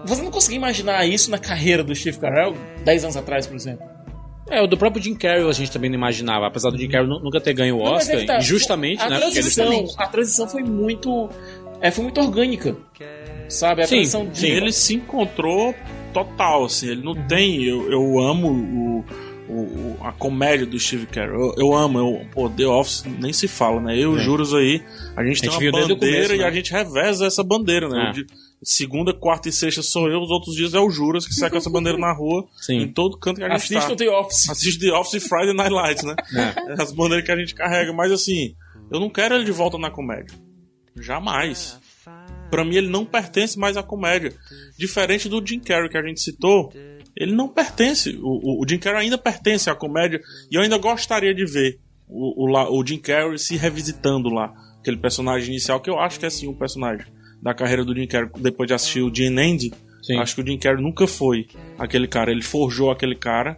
você não conseguia imaginar isso na carreira do Steve Carell 10 anos atrás, por exemplo.
É, o do próprio Jim Carrey a gente também não imaginava, apesar do Jim Carrey nu- nunca ter ganho o
Não, mas
Oscar,
é que tá,
injustamente,
a
né? porque ele-
Transição, a transição foi muito. É, foi muito orgânica. Sabe? A
Sim,
transição de.
Sim, ele se encontrou total, assim, ele não tem. Eu, eu amo o, o- o- a comédia do Steve Carell. Eu, eu amo, eu, pô, The Office nem se fala, né? Eu e o Juros aí, a gente
É. A
tem
gente viu
uma
desde o
bandeira
começo,
e
né?
a gente reveza essa bandeira, né?
Ah.
De- Segunda, quarta e sexta sou eu, os outros dias é o Juras que sai com essa bandeira na rua, em
Sim.
todo canto que a gente
Assista
tá.
o The Office.
Assiste The Office e Friday Night Lights, né? As bandeiras que a gente carrega. Mas assim, eu não quero ele de volta na comédia. Jamais. Pra mim, ele não pertence mais à comédia. Diferente do Jim Carrey que a gente citou, ele não pertence. O, o- o Jim Carrey ainda pertence à comédia. E eu ainda gostaria de ver o, o lá- o Jim Carrey se revisitando lá. Aquele personagem inicial, que eu acho que é sim um personagem da carreira do Jim Carrey. Depois de assistir o Gene Andy,
Sim.
acho que o Jim Carrey nunca foi aquele cara. Ele forjou aquele cara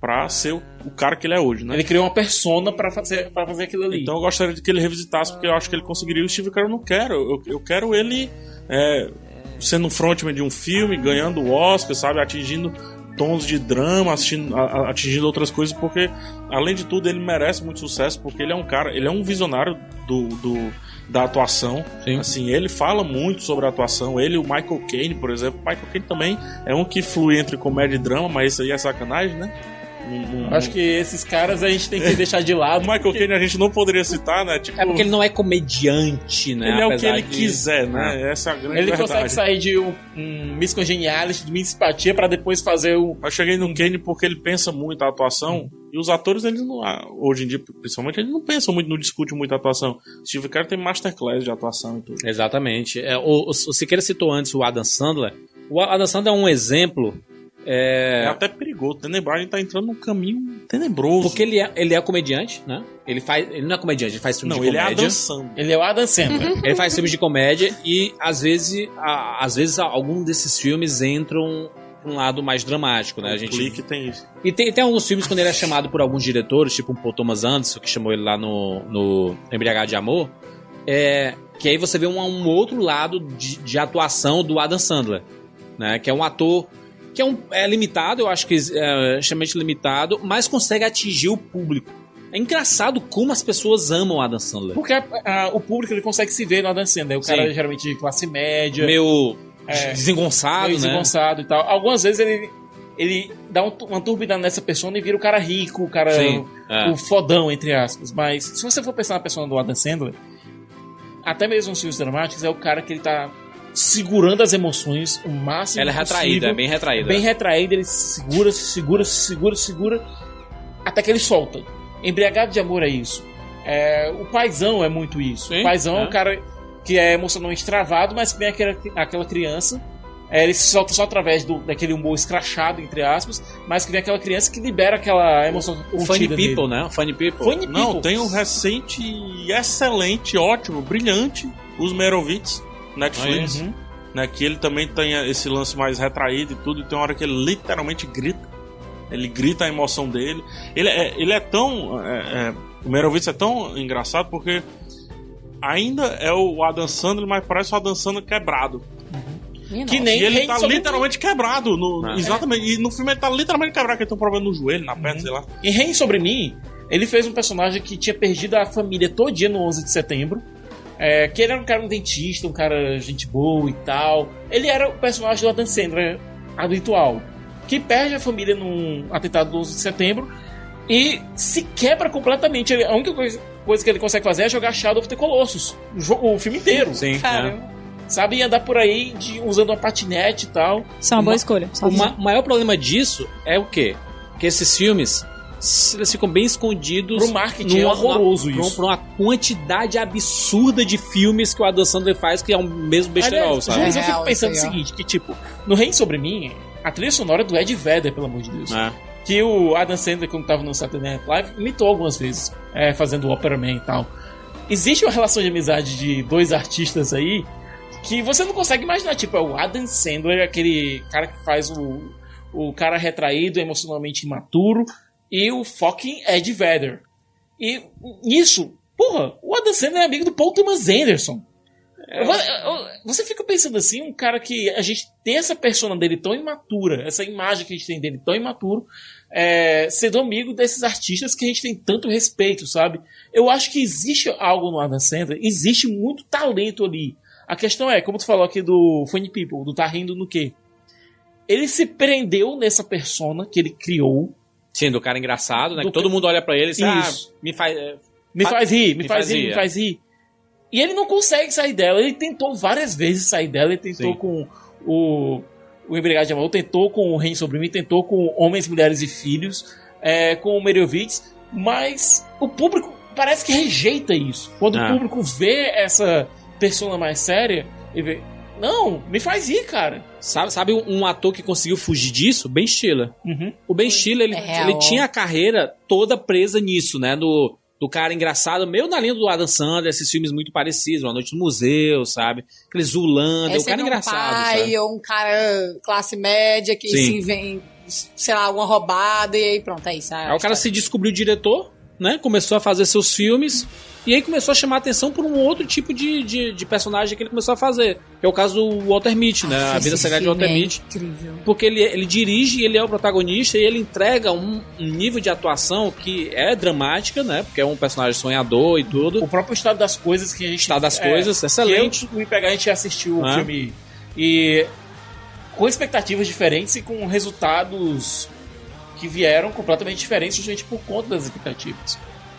pra ser o, o cara que ele é hoje, né?
Ele criou uma persona pra fazer, pra fazer aquilo ali.
Então eu gostaria de que ele revisitasse, porque eu acho que ele conseguiria. O Steve Carell eu não quero. Eu, eu quero ele é, sendo um frontman de um filme, ganhando o Oscar, sabe? Atingindo tons de drama, assistindo- a- a- atingindo outras coisas, porque, além de tudo, ele merece muito sucesso, porque ele é um cara, ele é um visionário do, do- da atuação.
Sim.
Assim, ele fala muito sobre a atuação. Ele, e o Michael Caine, por exemplo. O Michael Caine também é um que flui entre comédia e drama, mas isso aí é sacanagem, né? Um- um-
Acho que esses caras a gente tem que deixar de lado.
o Michael Caine a gente não poderia citar, né? Tipo,
É porque ele não é comediante, né?
ele é o que
apesar
ele
de-
quiser, né? Essa é a grande
Ele
verdade.
consegue sair de um, um Miss Congeniality, de Miss Simpatia, pra depois fazer o.
Eu cheguei no Kane porque ele pensa muito a atuação. E os atores, eles não. ah, Hoje em dia, principalmente, eles não pensam muito, não discutem muito a atuação. Steve Carell tem masterclass de atuação e tudo.
Exatamente. É, o, o, o Siqueira citou antes o Adam Sandler. O Adam Sandler é um exemplo.
É,
É,
até perigoso. Tenebrar, ele tá entrando num caminho tenebroso.
porque ele é, ele é comediante, né? Ele, faz, ele não é comediante, ele faz filme
Não,
de
ele é
comédia. Uhum.
Adam Sandler.
Ele é o Adam Sandler.
Ele faz filmes de comédia e às vezes, a- às vezes algum desses filmes entram pra um lado mais dramático, né? A gente
Clique tem isso.
E tem, tem alguns filmes quando ele é chamado por alguns diretores, tipo o Paul Thomas Anderson, que chamou ele lá no, no Embriagado de Amor, é, que aí você vê um, um outro lado de, de atuação do Adam Sandler, né? Que é um ator que é, um, é limitado, eu acho que é extremamente limitado, mas consegue atingir o público. É engraçado como as pessoas amam o Adam Sandler.
Porque a- a- o público ele consegue se ver no Adam Sandler. né, O
Sim.
cara geralmente de classe média, meio,
Meio
É.
desengonçado, né?
desengonçado e tal. Algumas vezes ele, ele dá um tu- uma turbinada nessa persona e vira o cara rico, o cara.
Sim, é.
o fodão, entre aspas. Mas se você for pensar na persona do Adam Sandler, até mesmo nos filmes dramáticos, é o cara que ele tá segurando as emoções o máximo
Ela é retraída,
possível.
é bem retraída.
Bem retraído, ele se segura, se segura, se segura, se segura, até que ele solta. Embriagado de amor é isso. É, o paizão é muito isso.
Sim,
o paizão é
é.
um cara que é emocionalmente travado, mas que nem aquela, aquela criança É, ele se solta só através do, daquele humor escrachado, entre aspas, mas que tem aquela criança que libera aquela emoção.
O Funny People, né? O Funny People.
Funny
Não,
People.
tem um recente, excelente, ótimo, brilhante, os Merovitz,
é
Uhum.
Netflix. Né, que ele também tem esse lance mais retraído e tudo, e tem uma hora que ele literalmente grita. Ele grita a emoção dele. Ele é, ele é tão. é, é, o Merovitz é tão engraçado porque ainda é o Adam Sandler, mas parece o Adam Sandler quebrado.
Que nem
E ele
Rei
tá
sobre-
literalmente quebrado. no-
É.
Exatamente. E no filme ele tá literalmente quebrado, que ele tem um problema no joelho, na
Uhum.
perna, sei lá.
Em Reino Sobre Mim, ele fez um personagem que tinha perdido a família todinha no 11 de setembro. É, que ele era um cara um dentista, um cara gente boa e tal. Ele era o personagem do Adam Sandler habitual. Que perde a família num atentado do 11 de setembro e se quebra completamente. Ele- a única coisa, coisa que ele consegue fazer é jogar Shadow of the Colossus. O, jo- o filme inteiro.
Sim.
Cara,
Sabe? E andar por aí de- usando uma patinete e tal.
Isso é uma boa escolha. só
O
dizer.
ma- maior problema disso é o quê? Que esses filmes s- eles ficam bem escondidos
Pro marketing é
numa-
horroroso
pra,
isso.
pra uma quantidade absurda de filmes que o Adam Sandler faz, que é o mesmo besterol,
Aliás,
sabe?
Juiz, eu fico
Real,
pensando o
isso aí, ó.
seguinte, que tipo, no Reino Sobre Mim, a trilha sonora é do Ed Vedder, pelo amor de Deus.
É.
Que o Adam Sandler, quando tava no Saturday Night Live, imitou algumas vezes, é, fazendo o Opera Man e tal. Existe uma relação de amizade de dois artistas aí que você não consegue imaginar. Tipo, é o Adam Sandler, aquele cara que faz o, o cara retraído, emocionalmente imaturo, e o fucking Ed Vedder. E nisso, porra, o Adam Sandler é amigo do Paul Thomas Anderson. Você fica pensando assim, um cara que a gente tem essa persona dele tão imatura, essa imagem que a gente tem dele tão imaturo, é, sendo amigo desses artistas que a gente tem tanto respeito, sabe? Eu acho que existe algo no Adam Sandler, existe muito talento ali. A questão é, como tu falou aqui do Funny People, do Tá Rindo no Quê? Ele se prendeu nessa persona que ele criou.
Sim, do cara engraçado, né?
Do
que todo mundo olha pra ele e diz,
Isso.
ah, me faz. é,
Me
Fa-
faz rir, me,
me
faz,
faz
rir,
rir,
me
é.
faz rir. E ele não consegue sair dela. Ele tentou várias vezes sair dela. Ele tentou
Sim.
com o, o Embrigado de Amor, tentou com o Reino Sobre Mim, tentou com Homens, Mulheres e Filhos, é, com o Merovitz. Mas o público parece que rejeita isso. Quando
Ah.
o público vê essa persona mais séria, ele vê... Não, me faz rir, cara.
Sabe, sabe um- um ator que conseguiu fugir disso? Ben Stiller. O Ben Stiller, ele,
É,
ele
ó.
tinha a carreira toda presa nisso, né? Do, do cara engraçado, meio na linha do Adam Sandler, esses filmes muito parecidos, Uma Noite no Museu, sabe? Aquele Zulanda, o
é
cara
sempre um
engraçado,
pai
sabe?
ou um cara classe média que
Sim.
se vem, sei lá, alguma roubada e aí pronto, é isso.
Aí o cara se descobriu diretor, né? Começou a fazer seus filmes. E aí começou a chamar atenção por um outro tipo de, de, de personagem que ele começou a fazer. Que é o caso do Walter Mitty, né? a vida secreta de Walter Mitty.
Incrível.
Porque ele, ele dirige, ele é o protagonista e ele entrega um, um nível de atuação que é dramática, né? Porque é um personagem sonhador e tudo.
O próprio estado das coisas que a gente...
Estado das
é,
coisas, excelente.
Que eu e o pegar a gente assistiu o
É.
filme e com expectativas diferentes e com resultados que vieram completamente diferentes justamente por conta das expectativas.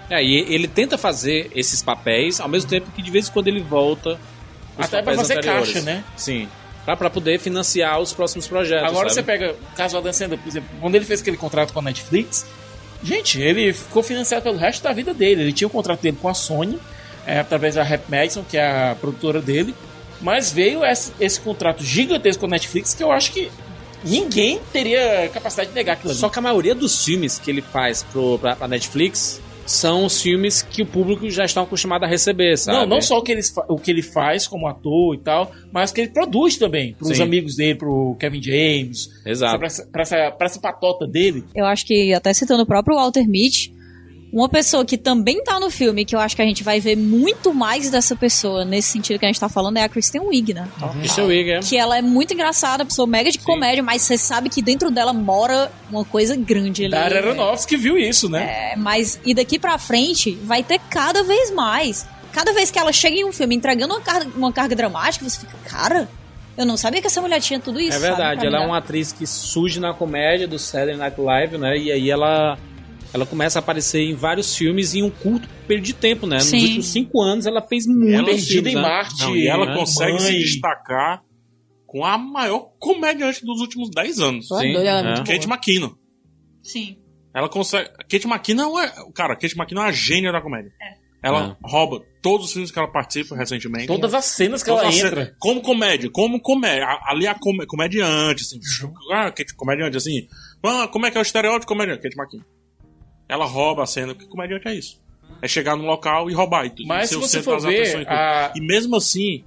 É, e ele tenta fazer esses papéis, ao mesmo tempo que de vez em quando ele volta. os
Até pra
papéis
fazer
anteriores.
caixa, né?
Sim. Pra, pra poder financiar os próximos projetos.
Agora você
sabe?
pega o caso do Adam Sandler, por exemplo, quando ele fez aquele contrato com a Netflix, gente, ele ficou financiado pelo resto da vida dele. Ele tinha o contrato dele com a Sony, é, através da Rap Madison, que é a produtora dele. Mas veio esse, esse contrato gigantesco com a Netflix que eu acho que ninguém teria capacidade de negar aquilo ali.
Só que a maioria dos filmes que ele faz pro, pra, pra Netflix são os filmes que o público já está acostumado a receber, sabe?
Não, não só o que, ele, fa- o que ele faz como ator e tal, mas o que ele produz também pros
Sim.
amigos dele, pro Kevin James,
Exato.
pra, essa, pra essa- pra essa patota dele.
Eu acho que, até citando o próprio Walter Mitty, uma pessoa que também tá no filme, que eu acho que a gente vai ver muito mais dessa pessoa nesse sentido que a gente tá falando, é a Kristen Wiig, né?
Então, Uhum.
Christian Wiig, é.
Que ela é muito engraçada, pessoa mega de comédia, mas você sabe que dentro dela mora uma coisa grande ali. né?
Darren Aronofsky viu isso, né?
É, mas e daqui pra frente vai ter cada vez mais. Cada vez que ela chega em um filme entregando uma carga, uma carga dramática, você fica, cara, eu não sabia que essa mulher tinha tudo isso.
É
sabe?
verdade,
Pra
ela é
mim, né?"
né?
uma atriz que surge na comédia do Saturday Night Live, né? E aí ela, ela começa a aparecer em vários filmes em um curto período de tempo, né?
Sim.
Nos últimos cinco anos ela fez muitos
Perdida
filmes,
em
né?
Marte.
Não, e ela
né?
consegue se
Mãe.
destacar com a maior comediante dos últimos 10 anos.
Sim,
ela é
né?
muito boa.
Kate McKinnon.
Sim.
Ela consegue. Kate McKinnon é. Cara, Kate McKinnon é a gênia da comédia. Ela rouba todos os filmes que ela participa recentemente.
Todas as cenas que
Todas
ela
as cenas-
entra.
Como comédia, como comédia. A- Ali a com- comediante, assim. Ah, Kate, comediante, assim. Ah, como é que é o estereótipo de comediante? Kate McKinnon. Ela rouba a cena, porque comediante é isso. É chegar num local e roubar. E tudo,
Mas
ser
se
o
você
centro
for
das
ver,
atenções e tudo.
a-
E mesmo assim,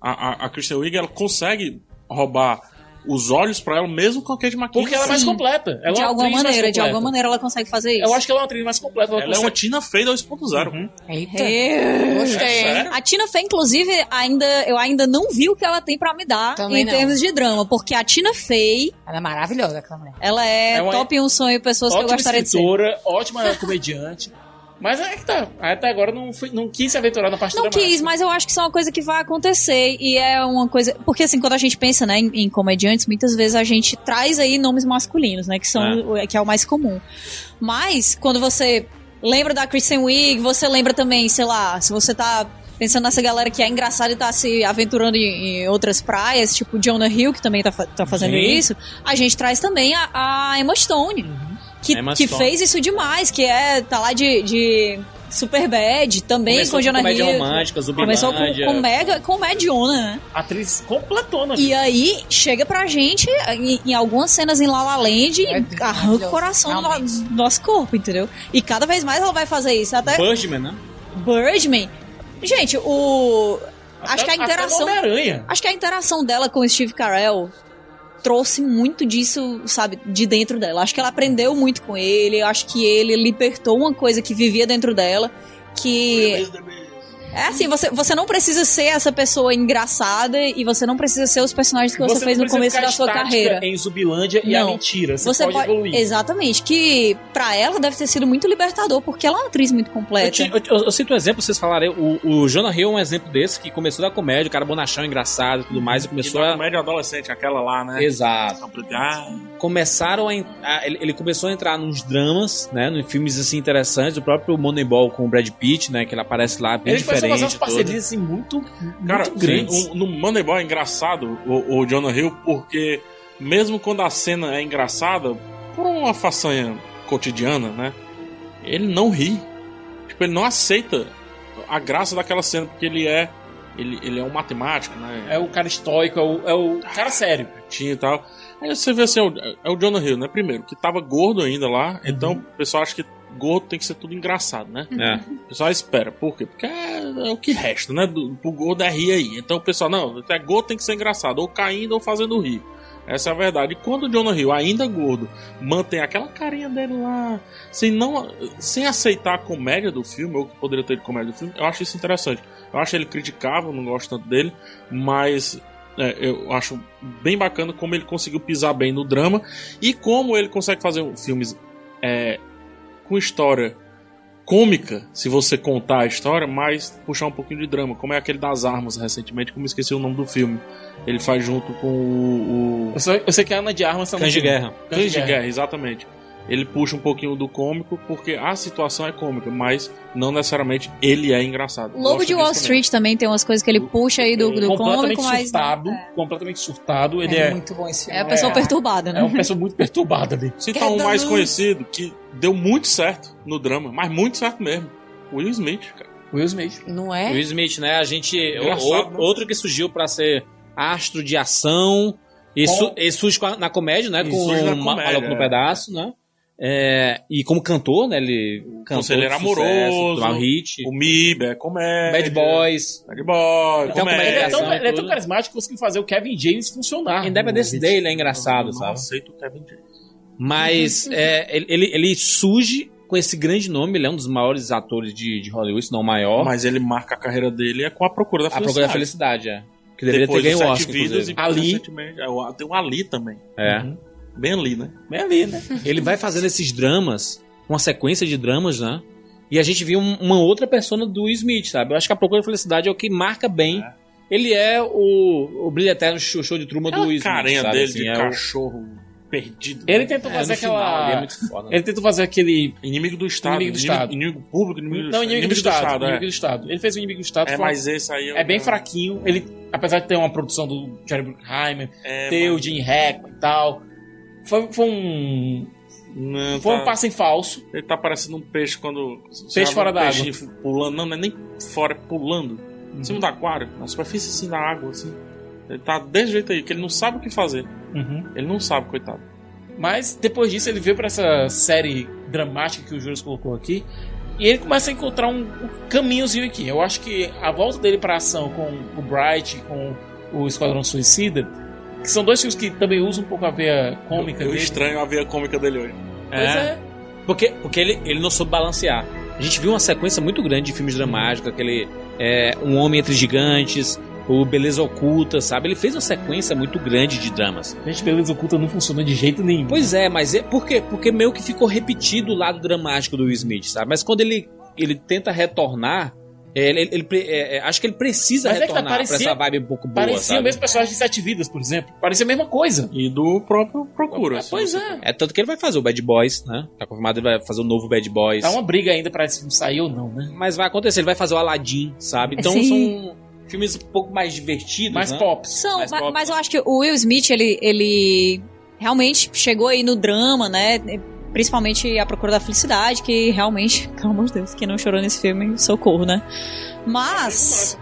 a, a, a Kristen Wiig, ela consegue roubar os olhos pra ela, mesmo com a Kate McKinnon.
porque ela é mais
Sim.
completa. Ela
de
é uma
alguma
atriz mais
maneira, de
completa.
alguma maneira ela consegue fazer isso.
Eu acho que ela é uma atriz mais completa. Ela
Ela é uma Tina Fey da 2.0.
Gostei.
Sério?
A Tina Fey, inclusive, ainda, eu ainda não vi o que ela tem pra me dar
Também
em
não.
termos de drama, porque a Tina Fey,
Ela é maravilhosa, aquela mulher.
ela é,
É uma-
top um sonho pessoas que eu
ótima
gostaria de ser.
escritora, ótima comediante. Mas é que tá. Até agora não, foi- não quis se aventurar na parte
Não
dramática.
quis, mas eu acho que isso é uma coisa que vai acontecer e é uma coisa. Porque, assim, quando a gente pensa né, em, em comediantes, muitas vezes a gente traz aí nomes masculinos, né? Que, são, o- que é o mais comum. Mas, quando você lembra da Kristen Wiig, você lembra também, sei lá, se você tá pensando nessa galera que é engraçada e tá se aventurando em, em outras praias, tipo Jonah Hill, que também tá, fa- tá fazendo
Sim.
isso, a gente traz também a, a Emma Stone. Que,
Emma
que
Stone.
fez isso demais, que é, tá lá de, de Superbad, também com Jonah
comédia
Hill.
romântica,
Começou com,
Zumbilândia.
com mega, com mediona, né?
Atriz completona.
E aí, chega pra gente, em, em algumas cenas em La La Land,
É maravilhoso,
arranca o coração do,
realmente.
do nosso corpo, entendeu? E cada vez mais ela vai fazer isso. Até
Birdman, né?
Birdman. Gente, o.
Até-
acho que a
até
interação-
no Homem-Aranha.
Acho que a interação dela com o Steve Carell trouxe muito disso, sabe, de dentro dela. Acho que ela aprendeu muito com ele, acho que ele libertou uma coisa que vivia dentro dela, que é assim, você, você não precisa ser essa pessoa engraçada e você não precisa ser os personagens que você,
não
fez no
precisa
começo
ficar
da sua
estática
carreira.
Em Zubilândia e a
Não.
mentira. Você,
Você
pode, evoluir.
Exatamente, que pra ela deve ter sido muito libertador, porque ela é uma atriz muito
Eu,
completa.
te- eu- eu- eu cito um exemplo, vocês falarem. O, o Jonah Hill é um exemplo desse que começou da comédia, o cara bonachão, engraçado e tudo mais, e
E
começou
é
da
a.
comédia adolescente, aquela lá, né?
Exato.
Ah,
Começaram a, en- a- ele, ele começou a entrar nos dramas, né? Nos filmes assim interessantes, o próprio Moneyball com o Brad Pitt, né? Que ele aparece lá bem
Eles começam a fazer
diferente.
umas
todo.
parcerias assim, muito, muito
Cara,
grandes.
o- no Moneyball é engraçado o, o Jonah Hill porque mesmo quando a cena é engraçada, por uma façanha cotidiana, né? Ele não ri. Tipo, ele não aceita a graça daquela cena porque ele é ele, ele é um matemático, né?
É o cara estoico, é o, é o cara sério.
Tinha e tal. Aí você vê assim, é o, é o Jonah Hill, né? Primeiro, que tava gordo ainda lá, então o pessoal acha que gordo tem que ser tudo engraçado, né?
É.
O pessoal espera. Por quê? Porque é, é o que resta, né? Do, pro gordo é rir aí. Então o pessoal, não, até gordo tem que ser engraçado, ou caindo ou fazendo rir. Essa é a verdade. E quando o Jonah Hill, ainda gordo, mantém aquela carinha dele lá, sem, não, sem aceitar a comédia do filme, ou o que poderia ter de comédia do filme, eu acho isso interessante. Eu acho ele criticável, não gosto tanto dele, mas é, eu acho bem bacana como ele conseguiu pisar bem no drama e como ele consegue fazer um- filmes é, com história cômica, se você contar a história, mas puxar um pouquinho de drama, como é aquele das armas recentemente, como eu esqueci o nome do filme. Ele faz junto com o. o...
Eu, só- eu sei que a Ana de Armas tá no
Cães de
filme.
guerra.
Cães
Cães de
de Guerra, exatamente. Ele puxa um pouquinho do cômico, porque a situação é cômica, mas não necessariamente ele é engraçado.
Lobo
Gosto
de Wall
disso também.
Street também tem umas coisas que ele puxa aí do, do
completamente
cômico, mas
surtado, completamente surtado. Ele
é,
é,
muito bom esse filme.
é a pessoa
É.
perturbada,
é
né?
uma pessoa muito perturbada ali.
Citar um mais conhecido que deu muito certo no drama, mas muito certo mesmo. Will Smith, cara.
Will Smith.
Não é?
Will Smith, né? A gente. o-
Engraçado,
o-
né?
Outro que surgiu pra ser astro de ação. E,
Com-
su- e surge com a- na comédia, né?
E
Com
surge na
o Ma-
comédia,
Maluco no
é.
Pedaço, né? É, e como cantor, né? Ele cantou.
Conselheiro Amoroso,
Um hit.
O Mib, é comédia.
Bad Boys.
Bad Boy,
Então,
Ele
comédia.
é, tão,
ação,
ele é tão
tudo.
carismático que conseguiu fazer o Kevin James funcionar.
Independence Day, ele é engraçado,
Eu não
sabe?
aceito o Kevin James.
Mas é, ele, ele, ele surge com esse grande nome. Ele é um dos maiores atores de, de Hollywood, se não o maior.
Mas ele marca a carreira dele é com a procura da
a Procura da
felicidade.
Felicidade, é. Que deveria ter ganho o
Sete
Oscar,
vidas
inclusive.
e
Ali.
recentemente- é, o- Tem o Ali também.
É.
Bem ali, né?
Bem ali, né?
Ele vai fazendo esses dramas, uma sequência de dramas, né? E a gente viu um- uma outra persona do Will Smith, sabe? Eu acho que a Procura da Felicidade é o que marca bem. Ele é o, o brilho eterno show show de truma do
Aquela
Will Smith,
carinha
sabe?
dele
Assim,
de
é o-
cachorro perdido.
Ele
né?
tentou
é,
fazer
no final,
aquela.
ele é muito foda.
Ele tentou fazer aquele.
Inimigo do Estado.
Inimigo do Estado.
Inimigo público, inimigo do
Não,
Estado.
inimigo, do Estado.
é.
inimigo do Estado. Ele fez o inimigo do Estado.
É,
foi uma-
mas esse aí... eu-
é bem fraquinho. Ele, apesar de ter uma produção do Jerry Bruckheimer,
É,
ter
mas-
o Jim Hackman e tal. Foi, foi um.
Não,
Foi um
tá-
passo em falso.
Ele tá parecendo um peixe quando. você
Peixe
abre
fora
um
da
peixe pulando, não, não é nem fora, é pulando.
Uhum.
Em cima do aquário, na superfície assim da água, assim. Ele tá desse jeito aí, que ele não sabe o que fazer. Ele não sabe, coitado.
Mas depois disso ele veio pra essa série dramática que o Júlio colocou aqui. E ele começa a encontrar um, um caminhozinho aqui. Eu acho que a volta dele pra ação com o Bright, com o Esquadrão Suicida, que são dois filmes que também usam um pouco a veia cômica
eu, eu
dele.
estranho a ver a cômica dele hoje.
Pois é.
Porque, porque ele, ele não soube balancear. A gente viu uma sequência muito grande de filmes dramáticos, aquele é, Um Homem Entre Gigantes, o Beleza Oculta, sabe? Ele fez uma sequência muito grande de dramas.
Gente, beleza oculta não funcionou de jeito nenhum.
Pois é, mas é, por quê? Porque meio que ficou repetido o lado dramático do Will Smith, sabe? Mas quando ele, ele tenta retornar, é, ele, ele- ele pre- é, é, acho que ele precisa
Mas é que
retornar
parecia-
pra essa vibe um pouco boa,
Parecia
sabe?
o mesmo personagem de Sete Vidas, por exemplo. Parecia a mesma coisa.
E do próprio Procura.
Ah,
assim.
pois é.
É tanto que ele vai fazer o Bad Boys, né? Tá confirmado, ele vai fazer o novo Bad Boys.
Tá uma briga ainda pra esse filme sair ou não, né?
Mas vai acontecer, ele vai fazer o Aladdin, sabe? Então
Sim.
são filmes um pouco mais divertidos,
Mais
né?
é.
pop.
São,
Mais
ma-
pop.
mas, eu acho que o Will Smith, ele, ele realmente chegou aí no drama, né? Principalmente A Procura da Felicidade, que realmente, pelo amor de Deus, quem não chorou nesse filme, socorro, né? Mas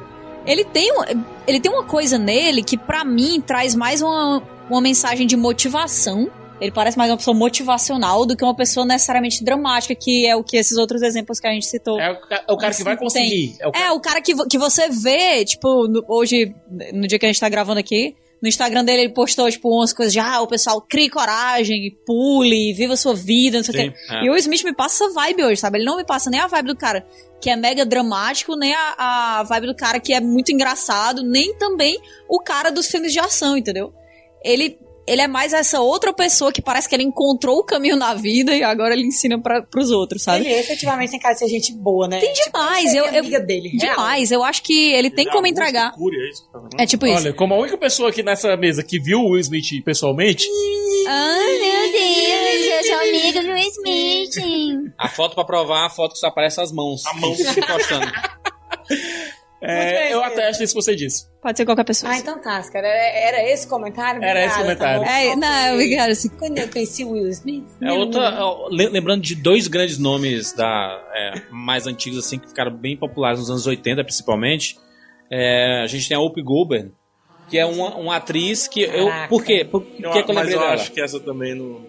ele tem, um- ele tem uma coisa nele que, pra mim, traz mais uma, uma mensagem de motivação. Ele parece mais uma pessoa motivacional do que uma pessoa necessariamente dramática, que é o que esses outros exemplos que a gente citou
É o, ca- é o cara que vai
Assim,
conseguir. É o
é, o cara que, vo- que você vê, tipo, no- hoje, no dia que a gente tá gravando aqui, no Instagram dele ele postou, tipo, umas coisas de, ah, o pessoal crie coragem, pule, viva sua vida, não sei o quê.
É.
E o Will Smith me passa essa vibe hoje, sabe? Ele não me passa nem a vibe do cara que é mega dramático, nem a, a vibe do cara que é muito engraçado, nem também o cara dos filmes de ação, entendeu? Ele, ele é mais essa outra pessoa que parece que ele encontrou o caminho na vida e agora ele ensina pra, pros outros, sabe?
Ele é efetivamente tem cara de ser gente boa, né?
Tem demais, eu, eu,
amiga dele. É real.
Demais, eu acho que ele tem
É
como
Augusto
entregar.
Cury, é isso que tá falando?
É tipo isso.
Olha, como a única pessoa aqui nessa mesa que viu o Will Smith pessoalmente,
Ah,
Ai, meu Deus, eu sou amiga do
A foto pra provar, a foto que só aparece as mãos.
A mão.
se encostando.
é,
bem,
eu
Pedro.
até acho isso que você disse.
Pode ser qualquer pessoa.
Ah, então tá, cara. Era, era esse comentário?
Era esse
Obrigada, tá
comentário.
bom.
É, não, obrigada. Assim.
Quando eu conheci o Will Smith.
É outra. ó, le- Lembrando de dois grandes nomes da, é, mais antigos, assim, que ficaram bem populares nos anos 80, principalmente. É, a gente tem a Whoopi Goldberg, que é uma, uma atriz que. Eu,
Caraca.
por quê? Por que,
Eu-
é
que eu
mas
lembrei
eu
dela?
acho que essa também não.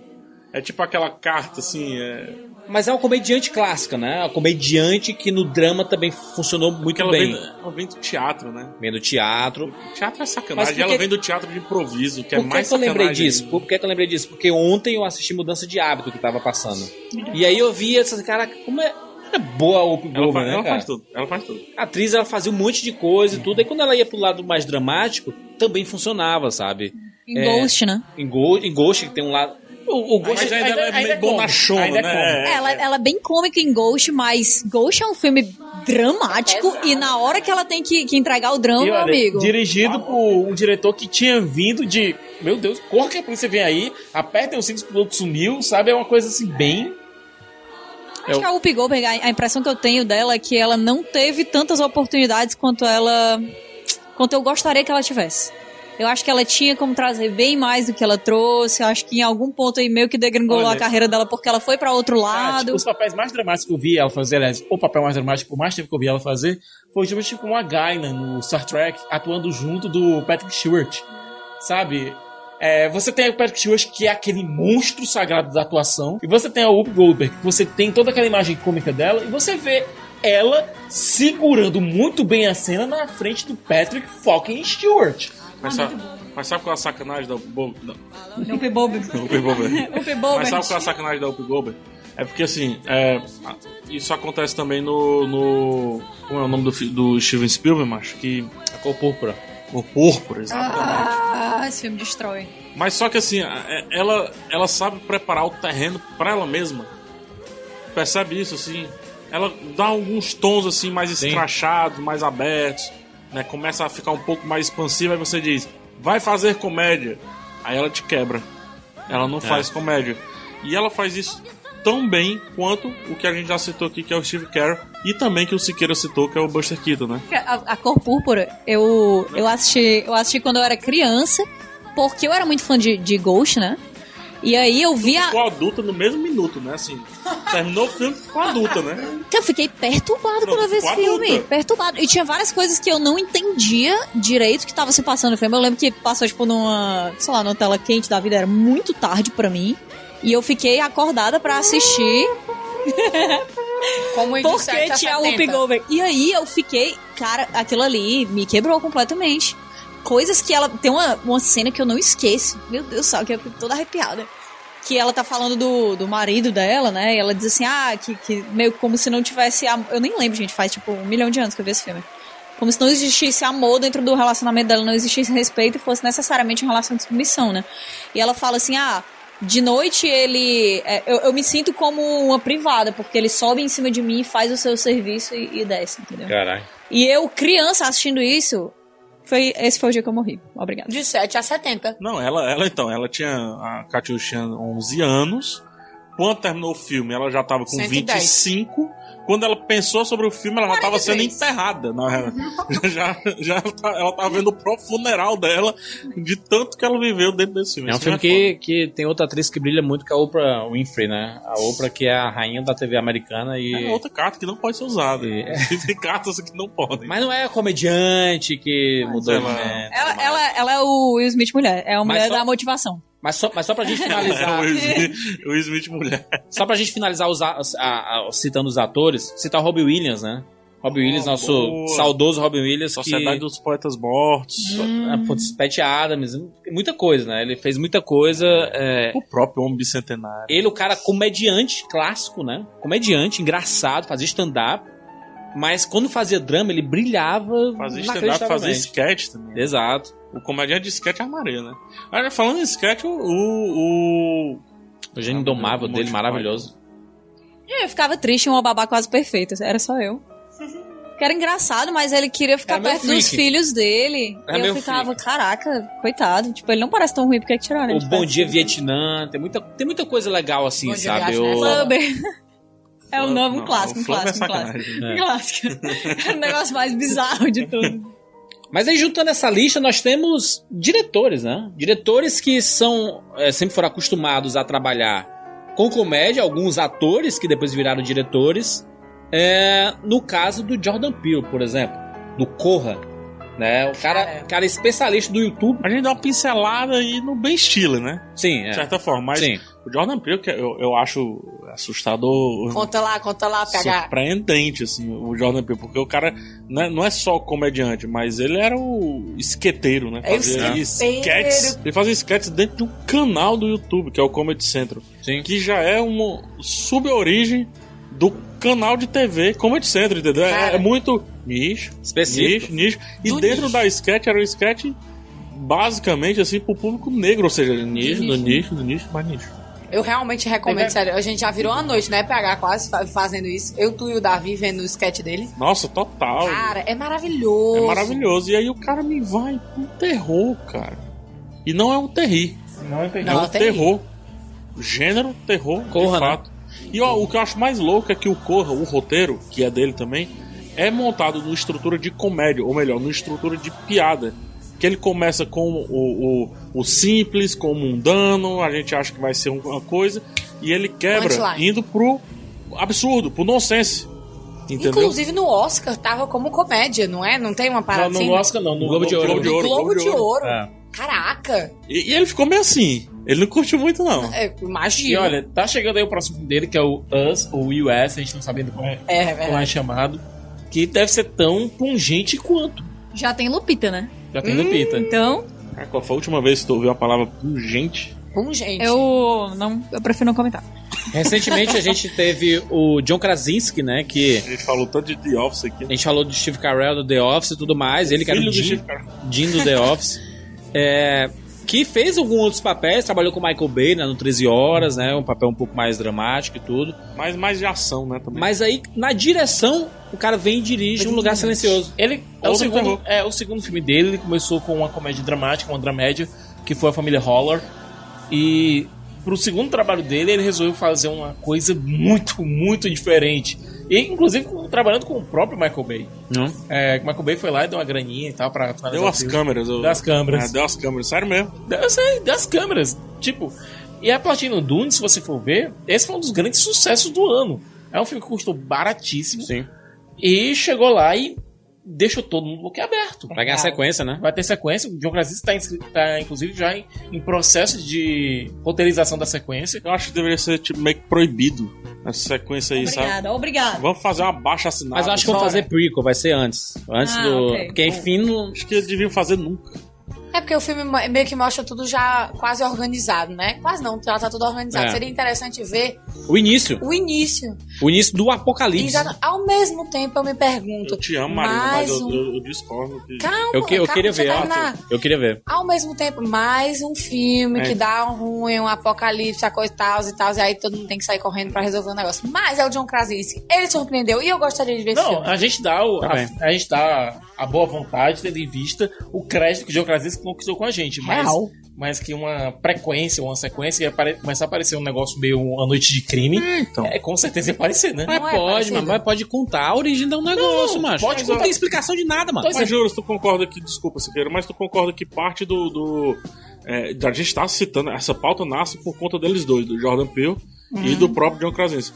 É tipo aquela carta, assim. É...
Mas é uma comediante clássica, né? Uma comediante que no drama também funcionou muito
Porque ela
bem.
vem, ela vem do teatro, né?
Vem do teatro.
Teatro é
Mas
sacanagem.
por que-
Ela vem do teatro de improviso, que é
Por que,
mais
que eu lembrei
sacanagem
disso?
ainda.
Por que, que eu lembrei disso? Porque ontem eu assisti Mudança de Hábito que tava passando. E aí eu vi essas, caraca, como é. Era boa a Whoopi
Ela,
Goldberg,
faz,
né,
ela
cara?
faz tudo. Ela faz tudo.
A atriz ela fazia um monte de coisa e tudo. Aí quando ela ia pro lado mais dramático, também funcionava, sabe?
Em
É.
Ghost, né?
Em Ghost, em Ghost que tem um lado. O, o Ghost
Mas
Ainda-
ainda, ela é
ainda- ainda
meio
é cômico,
bonachona,
ainda é
né? É,
Ela, ela é bem cômica em Ghost, mas Ghost é um filme dramático e na hora que ela tem que, que entregar o drama,
E,
meu
olha,
amigo.
dirigido por um diretor que tinha vindo de. Meu Deus, corra que é a polícia vem aí, apertem os cintos, o piloto sumiu, sabe? É uma coisa assim, bem.
Acho que a Whoopi Goldberg, a a impressão que eu tenho dela é que ela não teve tantas oportunidades quanto ela quanto eu gostaria que ela tivesse. Eu acho que ela tinha como trazer bem mais do que ela trouxe. Eu acho que em algum ponto aí meio que degringolou
Olha.
a carreira dela porque ela foi pra outro
Ah,
lado.
tipo, os papéis mais dramáticos que eu vi ela fazer, aliás, o papel mais dramático, por mais tempo que eu vi ela fazer, foi justamente com a Gaina no Star Trek, atuando junto do Patrick Stewart, sabe? É, você tem o Patrick Stewart, que é aquele monstro sagrado da atuação, e você tem a Whoopi Goldberg, que você tem toda aquela imagem cômica dela, e você vê ela segurando muito bem a cena na frente do Patrick fucking Stewart.
Mas, sabe, mas sabe qual é a sacanagem da Bo- da-
Whoopi Goldberg.
da Whoopi Goldberg?
Whoopi
Mas sabe qual é a sacanagem da Whoopi Goldberg? É porque assim, é, a- isso acontece também no, no. Como é o nome do, fi- do Steven Spielberg, macho? Que. é
a cor púrpura.
O Púrpura, exatamente.
Ah, esse filme destrói.
Mas só que assim, a- é- ela, ela sabe preparar o terreno pra ela mesma. Percebe isso, assim? Ela dá alguns tons assim mais escrachados, mais abertos, né? Começa a ficar um pouco mais expansiva, aí você diz, vai fazer comédia. Aí ela te quebra. Ela não faz comédia. E ela faz isso tão bem quanto o que a gente já citou aqui, que é o Steve Carell, e também que o Siqueira citou, que é o Buster Keaton, né?
A, a cor púrpura, eu, eu, assisti, eu assisti quando eu era criança, porque eu era muito fã de, de Ghost, né? E aí eu vi a.
Ficou adulta no mesmo minuto, né? Assim, terminou o filme ficou adulta, né?
Eu fiquei perturbado
Não,
quando eu vi esse
ficou
filme.
adulta.
Perturbado. E tinha várias coisas que eu não entendia direito que tava se passando no filme. Eu lembro que passou, tipo, numa. sei lá, numa tela quente da vida, era muito tarde pra mim. E eu fiquei acordada pra assistir.
Como é o
Porque tinha o Goldberg. E aí eu fiquei, cara, aquilo ali me quebrou completamente. Coisas que ela. Tem uma, uma cena que eu não esqueço. Meu Deus do céu, que eu fico toda arrepiada. Que ela tá falando do, do marido dela, né? E ela diz assim, ah, que, que meio como se não tivesse. am- Eu nem lembro, gente, faz tipo um milhão de anos que eu vi esse filme. Como se não existisse amor dentro do relacionamento dela, não existisse respeito e fosse necessariamente uma relação de submissão, né? E ela fala assim: ah, de noite ele. é, eu, eu me sinto como uma privada, porque ele sobe em cima de mim, faz o seu serviço e, e desce, entendeu?
Caralho.
E eu, criança, assistindo isso, foi, esse foi o dia que eu morri. Obrigada.
De 7 a 70.
Não, ela, ela então, ela tinha a Katyushan 11 anos. Quando terminou o filme, ela já tava com
110.
25. Quando ela pensou sobre o filme, ela já tava sendo enterrada. Na real. já, já ela tá- ela tava vendo pro funeral dela de tanto que ela viveu dentro desse filme.
É um
Esse
filme
é
que, que tem outra atriz que brilha muito, que é a Oprah Winfrey, né? A Oprah que é a rainha da TV americana
foda. É
e...
outra carta que não pode ser usada.
E- é,
Tem cartas que não podem.
Mas não é comediante que mudou
sei
de
lá.
né?
Ela, ela, ela é o Will Smith mulher, é a
Mas
mulher
só-
da motivação.
Mas só, mas só pra gente
É o
finalizar...
Will Smith- o Will Smith mulher.
Só pra gente finalizar os a- a- a- citando os atores, citar o Robbie Williams, né? Robbie Williams,
boa.
nosso saudoso Robbie Williams.
Sociedade
que...
dos Poetas Mortos.
Hum.
Ah, putz, Pat Adams, muita coisa, né? Ele fez muita coisa. é,
O próprio Homem Bicentenário.
Ele, o cara comediante clássico, né? Comediante, engraçado, fazia stand-up. Mas quando fazia drama, ele brilhava.
Fazer stand-up, fazer
inacreditavelmente.
sketch também.
Exato.
O comediante de sketch é a Maria, né? Olha, falando em sketch, o. o, o-
O gênio
Ah,
indomável
um monte
dele,
de
maravilhoso.
Eu ficava triste, uma babá quase perfeita, era só eu. Que era engraçado, mas ele queria ficar
Era meio
perto dos
freak.
filhos dele.
Era
e
meio
eu ficava, caraca, coitado. Tipo, ele não parece tão ruim porque é que tiraram ele.
O
de
Bom
perto.
Dia Vietnã. Tem muita, tem muita coisa legal assim,
Bom Dia
sabe?
Vietnã,
Eu-
essa-
Flubber. É um
Não,
novo um
não,
clássico,
o
um
Flubber
clássico,
é
um clássico.
sacanagem.
É.
Um clássico. Era o negócio mais bizarro de tudo.
Mas aí, juntando essa lista, nós temos diretores, né? Diretores que são é, sempre foram acostumados a trabalhar com comédia, alguns atores que depois viraram diretores. É, no caso do Jordan Peele, por exemplo, do Corra, né? O cara, cara é especialista do YouTube.
A gente dá uma pincelada aí no Ben Stiller, né?
Sim, é.
De certa forma. Mas
Sim.
o Jordan Peele, que eu, eu acho assustador.
Conta lá, conta lá, PH.
Surpreendente, assim, o Jordan Peele, porque o cara não é, não é só comediante, mas ele era o esqueteiro, né?
É o
Fazia
esqueteiro.
sketches. Ele fazia sketches dentro de um canal do YouTube, que é o Comedy Central.
Sim.
Que já é uma suborigem do canal de TV Comedy Central, entendeu? É-
Cara.
é muito nicho,
Específico.
Nicho, nicho. E
Do
dentro
nicho.
da sketch era um sketch basicamente assim pro público negro, ou seja, nicho, do nicho, do nicho, mais nicho.
Eu realmente recomendo, sério. A gente já virou a noite, né, PH? Quase fa- fazendo isso. Eu, tu e o Davi vendo o sketch dele.
Nossa, total.
Cara, é maravilhoso.
é maravilhoso. E aí o cara me vai com terror, cara. E não é um terri,
Não é
é
Não,
um
é terri. né?
terror. Gênero, terror,
Corra,
de fato. E ó, o que eu acho mais louco é que o Corra, o roteiro, que é dele também, é montado numa estrutura de comédia, ou melhor, numa estrutura de piada. Que ele começa com o, o, o simples, com o mundano, a gente acha que vai ser uma coisa, e ele quebra
Punchline.
indo pro absurdo, pro nonsense. Entendeu?
Inclusive no Oscar tava como comédia, não é? Não tem uma parada
Não, não
assim?
gosta não. No
Globo de Ouro.
No Globo de Ouro.
É.
Caraca!
E, e ele ficou meio assim. Ele não curtiu muito, não.
É, imagina.
E olha, tá chegando aí o próximo filme dele, que é o Us, ou US, a gente não sabe ainda como é,
é,
como
velho.
é chamado, que deve ser tão pungente quanto.
Já tem Lupita, né?
Já tem Lupita.
Então,
Cara, É, qual foi a última vez que tu ouviu a palavra pungente?
é.
Bom, gente.
eu não. Eu prefiro não comentar.
Recentemente a gente teve o John Krasinski, né? Que
A gente falou tanto de The Office aqui.
a gente falou do Steve Carell, do The Office e tudo mais. Ele que era
Filho
o
do
Jim-
Steve Carell.
Jim do The Office, é, que fez alguns outros papéis, trabalhou com Michael Bay né, no 13 Horas, né, um papel um pouco mais dramático e tudo.
Mas mais de ação, né? Também.
Mas aí, na direção, o cara vem e dirige Um Lugar Silencioso.
Ele é o,
Outro
segundo,
terror.
é o segundo filme dele. Ele começou com uma comédia dramática, uma dramédia, que foi a família Holler. E pro segundo trabalho dele, ele resolveu fazer uma coisa muito, muito diferente. E inclusive com- trabalhando com o próprio Michael Bay.
Não?
É, o Michael Bay foi lá e deu uma graninha e tal pra finalizar.
Hum? assim. Deu
o
as
filme.
câmeras. Eu...
Das câmeras.
É, deu as câmeras. Sério mesmo.
Eu sei, das câmeras. Tipo, E a Platinum Dune, se você for ver, esse foi um dos grandes sucessos do ano. É um filme que custou baratíssimo.
Sim.
E chegou lá e deixou todo mundo boquiaberto.
Vai
É.
ganhar sequência, né?
Vai ter sequência. O John Krasinski tá está, inclusive, já em, em processo de roteirização da sequência.
Eu acho que deveria ser tipo, meio que proibido essa sequência aí, sabe?
Obrigada, obrigada.
Vamos fazer uma baixa assinada. né?
Mas eu acho que vão fazer prequel, vai ser antes. Antes
Ah,
do.
ok.
Porque enfim, não-
Acho que eles deviam fazer nunca.
É porque o filme mo- meio que mostra tudo já quase organizado, né? Quase não, já tá tudo organizado.
É.
Seria interessante ver
o início.
o início.
O início do apocalipse.
Exato. Ao mesmo tempo, eu me pergunto.
Eu te amo, Marina, mas
mais
eu,
um-
eu- eu discordo que.
Calma,
Eu, que- eu
calma, tá
queria
deixa eu
ver, ó.
terminar.
Eu queria ver.
Ao mesmo tempo, mais um filme
É.
que dá um ruim, um apocalipse, a coisa e tal, e tal, e aí todo mundo tem que sair correndo pra resolver o negócio. Mas é o John Krasinski. Ele surpreendeu e eu gostaria de ver esse
Não,
filme.
a gente dá, o-
Tá
a,
bem.
a gente dá a boa vontade, tendo em vista o crédito que o John Krasinski conquistou com a gente. Mas,
Real.
mas que uma frequência, uma sequência, ia apare- começar a aparecer um negócio meio A Noite de Crime,
Então.
é com certeza ia aparecer, né?
Não
Mas
é
pode,
parecido.
mano. Mas pode contar a origem de um negócio,
Não,
macho.
pode
Mas Não
contar.
tem explicação de nada, mano.
Pois é.
Mas juro, tu concorda que, desculpa, Siqueira, mas tu concorda que parte do. do é, da gente tá citando, essa pauta nasce por conta deles dois, do Jordan Peele e do próprio John Krasinski.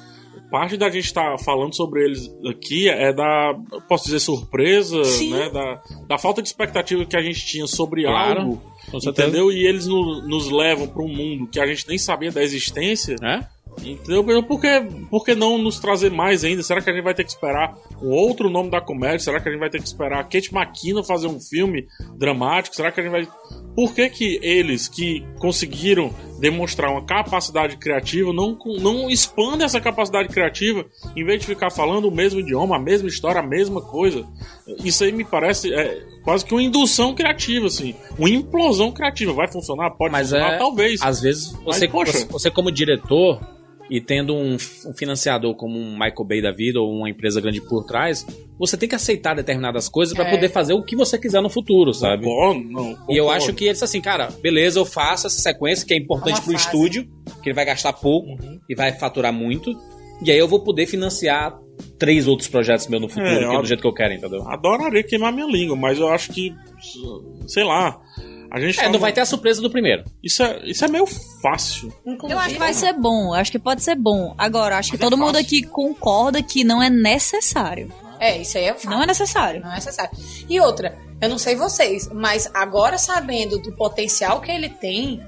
Parte da gente tá falando sobre eles aqui é da, posso dizer, surpresa,
Sim.
né? Da, da falta de expectativa que a gente tinha sobre
Claro,
algo,
Com certeza.
entendeu? E eles no- nos levam para um mundo que a gente nem sabia da existência.
É?
Entendeu? Mas Por que, por que não nos trazer mais ainda? Será que a gente vai ter que esperar um outro nome da comédia? Será que a gente vai ter que esperar a Kate McKinnon fazer um filme dramático? Será que a gente vai. Por que, que eles que conseguiram demonstrar uma capacidade criativa não, co- não expandem essa capacidade criativa em vez de ficar falando o mesmo idioma, a mesma história, a mesma coisa? Isso aí me parece é, quase que uma indução criativa, assim. Uma implosão criativa. Vai funcionar? Pode
Mas
funcionar?
é-
Talvez.
Às vezes, você,
poxa.
você, você como diretor e tendo um, f- um financiador como um Michael Bay da vida ou uma empresa grande por trás, você tem que aceitar determinadas coisas pra
É.
poder fazer o que você quiser no futuro, sabe?
Bom, não,
E eu
concordo.
acho que eles assim, cara, beleza, eu faço essa sequência que é importante
Uma
pro
fase.
estúdio, que ele vai gastar pouco
Uhum.
e vai faturar muito. E aí eu vou poder financiar três outros projetos meus no futuro,
É,
que é
ó.
do jeito que eu quero, entendeu?
Adoraria queimar minha língua, mas eu acho que. Sei lá. A gente.
É,
tá
não vai
no-
ter a surpresa do primeiro.
Isso é, isso é meio fácil.
Eu acho que vai ser bom, eu acho que pode ser bom. Agora, acho que todo mundo aqui concorda que não é necessário.
É, isso aí é fato.
Não é necessário.
Não é necessário. E outra, eu não sei vocês, mas agora sabendo do potencial que ele tem,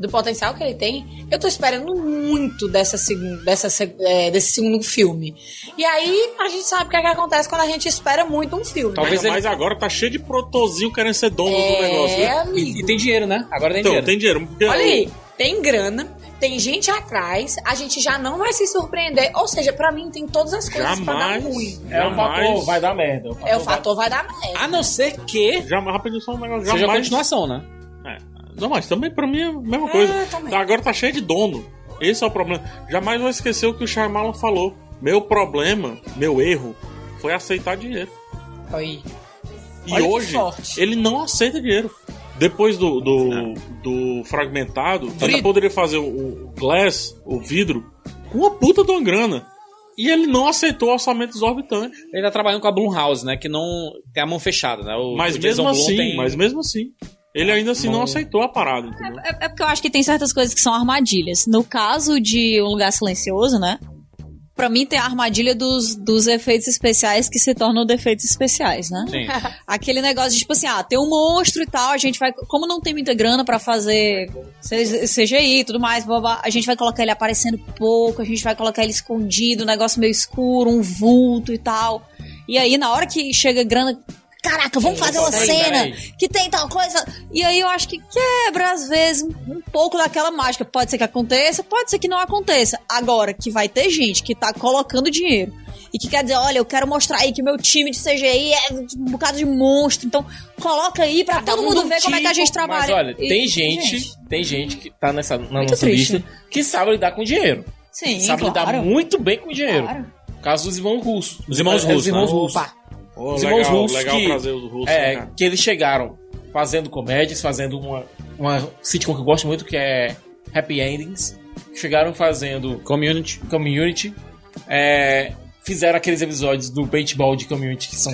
do potencial que ele tem, eu tô esperando muito dessa segunda, dessa, se- é, desse segundo filme. E aí a gente sabe o que, é que acontece quando a gente espera muito um filme.
Talvez
Mas,
ele-
mas agora tá cheio de protozinho querendo ser dono do negócio.
É,
né?
amigo.
E, e tem dinheiro, né? Agora tem
Então,
dinheiro.
tem dinheiro. porque-
Olha aí, tem grana, tem gente atrás, a gente já não vai se surpreender. Ou seja, pra mim tem todas as coisas pra dar
Jamais.
ruim.
É o fator,
jamais-
vai dar merda. o
É o
vai-
fator vai dar merda.
A não ser que
Jamais, rapidinho só um negócio.
seja a
Jamais.
continuação, né?
Não, mas também pra mim é a mesma coisa.
também.
Tá, Agora tá cheio de dono. Esse é o problema. Jamais vou esquecer o que o Shyamalan falou. Meu problema, meu erro, foi aceitar dinheiro.
Aí.
E
Olha que
hoje,
sorte.
ele não aceita dinheiro. Depois do,
É.
do, do fragmentado, ele poderia fazer o, o glass, o vidro, com uma puta de uma grana. E ele não aceitou orçamento exorbitante.
Ele tá trabalhando com a Blumhouse, né? Que não tem a mão fechada, né? O,
mas
o Jason
mesmo
Blum
assim,
tem-
mas mesmo assim. Ele ainda assim não aceitou a parada, entendeu?
É, é porque eu acho que tem certas coisas que são armadilhas. No caso de Um Lugar Silencioso, né? Pra mim tem a armadilha dos, dos efeitos especiais que se tornam defeitos especiais, né?
Sim.
Aquele negócio de tipo assim, ah, tem um monstro e tal, a gente vai. Como não tem muita grana pra fazer C- CGI e tudo mais, blá, blá, a gente vai colocar ele aparecendo pouco, a gente vai colocar ele escondido, um negócio meio escuro, um vulto e tal. E aí, na hora que chega grana. Caraca, vamos fazer uma
peraí,
cena
peraí.
que tem tal coisa. E aí eu acho que quebra, às vezes, um pouco daquela mágica. Pode ser que aconteça, pode ser que não aconteça. Agora, que vai ter gente que tá colocando dinheiro e que quer dizer, olha, eu quero mostrar aí que meu time de CGI é um bocado de monstro. Então, coloca aí pra
Cada
todo
um
mundo
de um
ver como é que a
tipo,
gente trabalha.
Mas olha,
E-
tem gente, tem gente que tá nessa, na
Muito
nossa
triste.
lista que sabe lidar com dinheiro.
Sim,
sabe lidar
claro.
muito bem com dinheiro.
Claro.
O caso dos irmãos russos.
Os irmãos
É, é,
russos,
Os irmãos
né?
russos.
Ô,
os
legal,
irmãos russos
legal
que-
trazer os russos, né,
É,
cara?
que eles chegaram fazendo comédias, fazendo uma, uma sitcom que eu gosto muito, que é Happy Endings. Chegaram fazendo
Community.
Community. É, fizeram aqueles episódios do Paintball de Community que são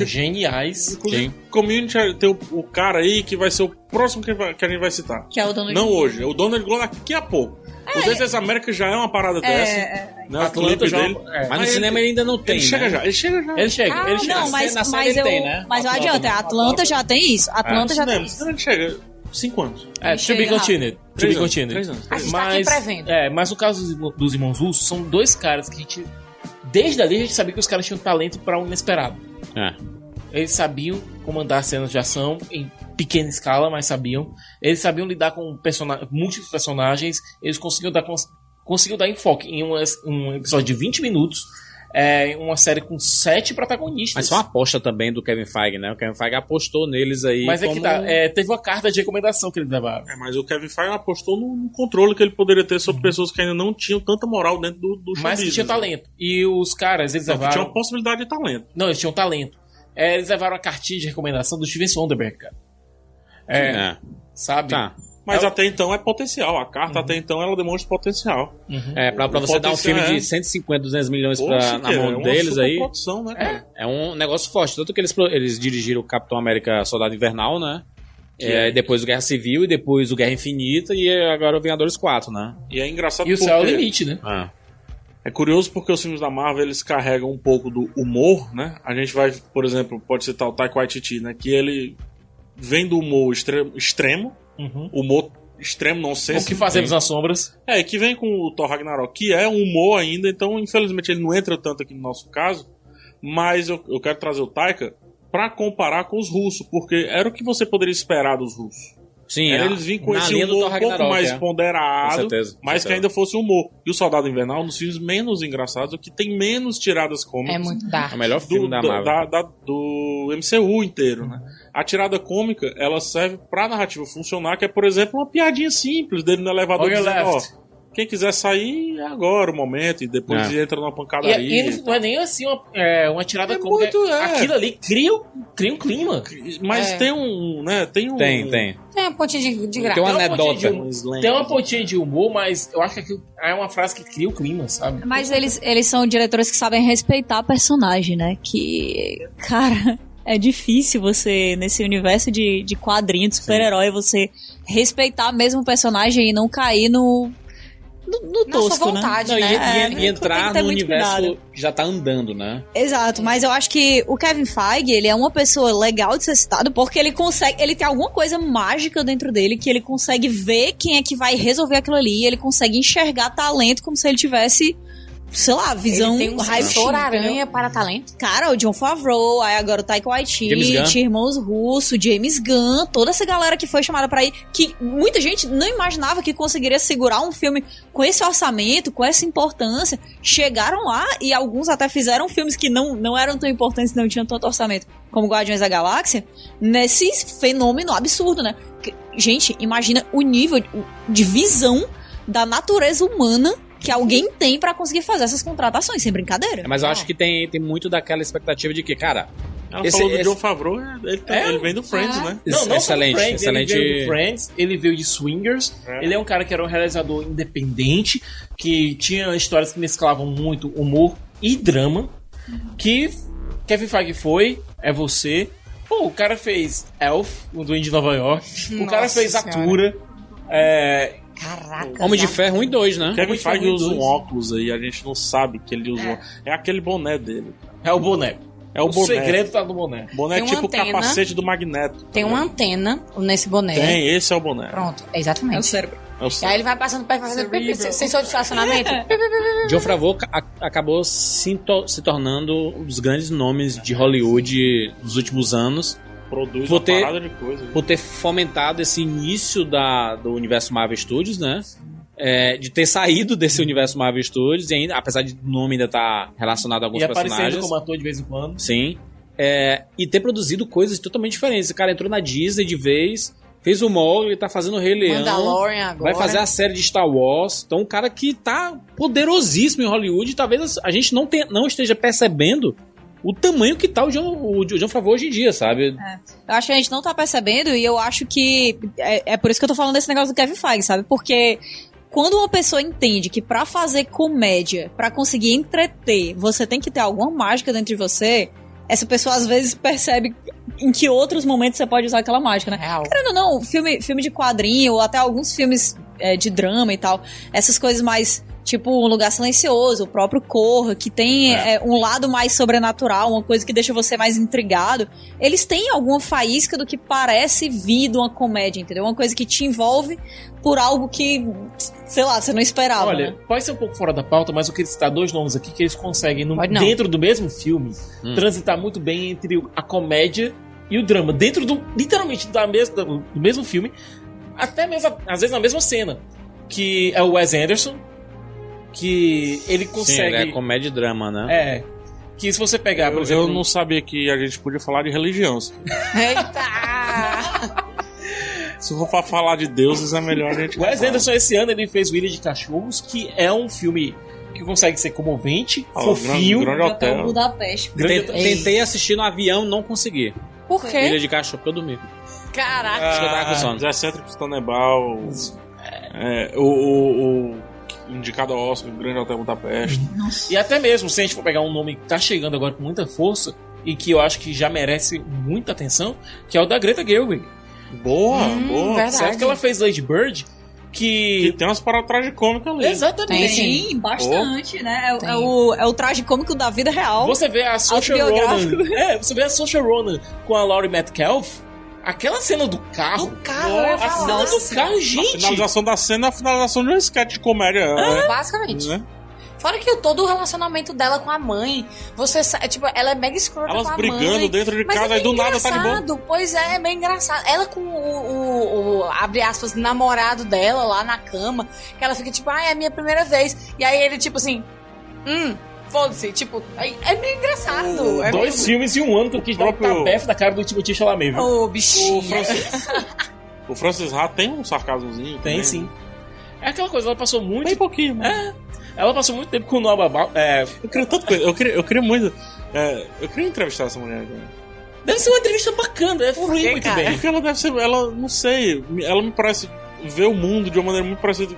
geniais.
Inclusive, community tem o, o cara aí que vai ser o próximo que, vai- que a gente vai citar.
Que é o dono
Não hoje, é o Donald Glover daqui a pouco. O Deus América já é uma parada
assim.
dessa. Né? O
Atlanta
clipe
já é
dele.
uma- é, mas no
ele-
cinema ele ainda não tem,
Ele chega
né?
já, ele chega já.
Ele chega,
Ah,
ele chega.
não, mas,
na série
mas
ele
eu,
tem, né?
mas não
Atlanta,
adianta.
né?
A Atlanta já tem isso. A Atlanta
Ah,
já tem
Ah, Cinema,
isso.
cinema chega 5 anos.
É, to be
Chega lá.
continued. To
Três
be
anos, três
continued.
anos.
A gente tá aqui
Mas,
prevendo.
é, mas no caso dos irmão- dos irmãos Russo, são dois caras que a gente. Desde ali a gente sabia que os caras tinham talento pra um inesperado.
É.
Eles sabiam comandar cenas de ação em pequena escala, mas sabiam. Eles sabiam lidar com persona- múltiplos personagens. Eles conseguiam dar, cons- conseguiam dar enfoque em uma- um episódio de 20 minutos. É, uma série com sete protagonistas.
Mas foi uma aposta também do Kevin Feige, né? O Kevin Feige apostou neles aí.
Mas é que
como-
um-
tá, é, teve uma carta de recomendação que eles levaram.
É, mas o Kevin Feige apostou no, no controle que ele poderia ter sobre pessoas que ainda não tinham tanta moral dentro do, do show
Mas que
business,
tinha
né?
talento. E os caras, eles
Não, que tinha
levaram.
uma possibilidade de talento.
Não, eles tinham talento. É, eles levaram a cartinha de recomendação do Steven Sonderberg, cara. É,
É,
sabe?
tá.
Mas
É o-
até então é potencial. A carta até então ela demonstra potencial.
Uhum.
É, pra, pra
O
você dar um
potencial
filme
é-
de 150, 200 milhões
Ou
pra-
se
na
quer,
mão
é uma
deles aí,
superprodução, né, cara?
é um negócio forte. Tanto que eles, pro- eles dirigiram o Capitão América Soldado Invernal, né? É, Depois o Guerra Civil e depois o Guerra Infinita e agora o Vingadores 4, né?
E é engraçado
E o
porque
céu é o limite, né?
Ah.
é curioso porque os filmes da Marvel eles carregam um pouco do humor, né? A gente vai, por exemplo, pode citar o Taika Waititi, né? Que ele vem do humor extre- extremo,
Uhum.
humor extremo nonsense.
O que fazemos nas sombras.
É, que vem com o Thor Ragnarok, que é um humor ainda, então infelizmente ele não entra tanto aqui no nosso caso, mas eu, eu quero trazer o Taika pra comparar com os russos, porque era o que você poderia esperar dos russos.
Sim,
Era
é.
eles vinham com
na
esse
linha do
humor
Thor
um pouco
Ragnarok,
mais
é.
ponderado,
Com certeza, com
mas que
certeza.
ainda fosse humor. E o Soldado Invernal, nos filmes menos engraçados, o que tem menos tiradas cômicas
É muito dark.
É o melhor filme
do,
da
da-
Marvel.
da- da- do MCU inteiro, né? A tirada cômica, ela serve pra narrativa funcionar, que é, por exemplo, uma piadinha simples dele no elevador
On your
dizendo, ó,
left.
quem quiser sair, é agora o momento, e depois
É.
entra numa
E,
pancadaria.
e eles- não é nem assim uma, é, uma tirada
É
cômica.
muito, é.
Aquilo ali cria, um- cria um clima.
Mas
É.
tem um, né, tem um...
Tem, tem.
Tem uma pontinha de, de graça.
Tem uma
Tem uma pontinha de
anedota.
humor.
um slang.
Tem uma pontinha de humor, mas eu acho que aquilo é uma frase que cria o clima, sabe?
Mas eles, eles são diretores que sabem respeitar a personagem, né? Que, cara, é difícil você, nesse universo de, de quadrinho, de super-herói, você respeitar mesmo o personagem e não cair no. No, no
Na sua
tosco, né?
vontade,
Não, e,
né?
e-
É,
e
tem que
entrar
ter
no
muito
universo
cuidado.
que já tá andando, né?
Exato, mas eu acho que o Kevin Feige, ele é uma pessoa legal de ser citado porque ele consegue, ele tem alguma coisa mágica dentro dele que ele consegue ver quem é que vai resolver aquilo ali, e ele consegue enxergar talento como se ele tivesse, sei lá, visão
Ele tem um
raio-x,
sensor
entendeu?
aranha para talento.
Cara, o John Favreau, aí agora o Taika
James Gunn.
Waititi, Irmãos Russo, James Gunn, toda essa galera que foi chamada pra ir, que muita gente não imaginava que conseguiria segurar um filme com esse orçamento, com essa importância. Chegaram lá e alguns até fizeram filmes que não, não eram tão importantes, não tinham tanto orçamento, como Guardiões da Galáxia, nesse fenômeno absurdo, né? Que- Gente, imagina o nível de- de visão da natureza humana que alguém tem pra conseguir fazer essas contratações, sem brincadeira.
Mas eu acho que tem, tem muito daquela expectativa de que, cara,
Ela
Esse-
falou do
esse-
John Favreau, ele, tá- ele vem do Friends, né?
Não, não
excelente,
só do Friends,
excelente.
Ele veio de Friends, ele veio de Swingers.
É.
Ele é um cara que era um realizador independente, que tinha histórias que mesclavam muito humor e drama. Que Kevin Feige foi, é você. Pô, o cara fez Elf, o Duende de Nova York. o cara
Nossa
fez
Senhora.
Atura. É,
Caraca.
Homem de
Zé.
Ferro 1 e 2, né?
Kevin
muito
Feige
ruim
usa um
dois.
óculos aí, a gente não sabe que ele usa um óculos. É aquele boné dele.
é o boné.
É o,
o
boné.
segredo tá no boné.
Boné é
Tem uma
tipo o
antena.
capacete do Magneto.
Tem uma antena nesse boné.
Tem, esse é o boné.
Pronto,
É o
exatamente.
cérebro.
Eu
E
sei.
aí ele vai passando perto, vai fazendo pip, pip, sensor de estacionamento.
John Favreau ca- a- acabou se, to- se tornando um dos grandes nomes de Hollywood nos últimos anos
Produz
Vou
uma
ter-
parada de coisa.
por ter fomentado esse início da, do universo Marvel Studios, né? É, de ter saído desse universo Marvel Studios e ainda, apesar de o nome ainda estar relacionado a alguns
E aparecendo
personagens,
como ator de vez em quando.
sim, É, e ter produzido coisas totalmente diferentes. O cara entrou na Disney de vez, fez o Mogli, tá fazendo o Rei Leão.
Mandalorian agora.
Vai fazer a série de Star Wars. Então, um cara que tá poderosíssimo em Hollywood. Talvez a gente não, tenha, não esteja percebendo o tamanho que tá o John, o John Favreau hoje em dia, sabe?
É.
Eu acho que a gente não tá percebendo e eu acho que. É, é por isso que eu tô falando desse negócio do Kevin Feige, sabe? Porque quando uma pessoa entende que pra fazer comédia, pra conseguir entreter, você tem que ter alguma mágica dentro de você, essa pessoa às vezes percebe em que outros momentos você pode usar aquela mágica, né?
Real.
Querendo ou não, filme, filme de quadrinho ou até alguns filmes é, de drama e tal. Essas coisas mais. Tipo, um lugar silencioso, o próprio Corra, que tem é, um lado mais sobrenatural, uma coisa que deixa você mais intrigado. Eles têm alguma faísca do que parece vir de uma comédia, entendeu? Uma coisa que te envolve por algo que, sei lá, você não esperava.
Olha,
né?
pode ser um pouco fora da pauta, mas eu queria citar dois nomes aqui que eles conseguem, no-
Pode não.
dentro do mesmo filme,
Hum.
transitar muito bem entre o- a comédia e o drama. Dentro do. Literalmente da mes- do do mesmo filme, até mesmo, às vezes na mesma cena. Que é o Wes Anderson, que ele
Sim,
consegue.
é comédia e drama, né?
é, Que se você pegar, por
Eu,
exemplo.
eu não sabia que a gente podia falar de religião.
Eita!
Se for pra falar de deuses, é melhor a gente.
Wes Anderson, esse ano, ele fez O Ilha de Cachorros, que é um filme que consegue ser comovente,
Ah, o
fofinho.
Grande,
Já
grande
tá o
hotel.
Budapeste.
grande-
Tent- Tentei assistir no avião, não consegui.
Por
Ilha
quê?
de cachorro, porque eu dormi.
Caraca!
Acho que eu tava com
Ah,
sono.
Zé Céntrico Stanebal. É, o, o, o indicado ao Oscar, o Grande Hotel Budapeste.
E até mesmo, se a gente for pegar um nome que tá chegando agora com muita força e que eu acho que já merece muita atenção, que é o da Greta Gerwig.
Boa,
Hum,
boa.
verdade.
Certo que ela fez Lady Bird,
E
que...
tem umas paradas tragicômicas ali.
Exatamente.
Tem,
Sim, bastante, né? É, o-
Tem.
é o, é o traje cômico da vida real.
Você vê a Saoirse
Autobiográfico.
Ronan... É, você vê a Saoirse Ronan com a Laurie Metcalf, aquela cena do carro...
Do carro, Ah, eu ia
a
falar.
cena do
Nossa.
carro,
A
gente!
finalização da cena é a finalização de um sketch de comédia.
Ah,
é,
Basicamente.
né?
Fora que todo o relacionamento dela com a mãe, você sabe, tipo, ela é mega escrota com
Elas
a
brigando
mãe.
dentro de
Mas
casa,
é
aí do
bem
nada tá de boa.
engraçado, Pois é, é bem engraçado. Ela com o, o- o- abre aspas, namorado dela lá na cama, que ela fica tipo, ah, é a minha primeira vez. E aí ele, tipo assim, hum, foda-se, tipo, aí é bem engraçado. É
Dois filmes e um ano que eu quis dar um
Próprio-
tapefe na cara do Timothée
bem...
Chalamet, viu?
Ô,
O
bichinho.
Francis, o Francis Ha tem um sarcasmozinho.
Tem
também. né?
sim. É aquela coisa, ela passou muito... É,
Bem pouquinho, né?
Ela passou muito tempo com o Noah Baumbach, é,
Eu queria tanto. Eu queria, eu queria muito. é, eu queria entrevistar essa mulher. Cara.
Deve ser uma entrevista bacana, é fluir
quê,
muito
cara?
bem.
Porque ela deve ser. Ela, não sei. Ela me parece ver o mundo de uma maneira muito parecida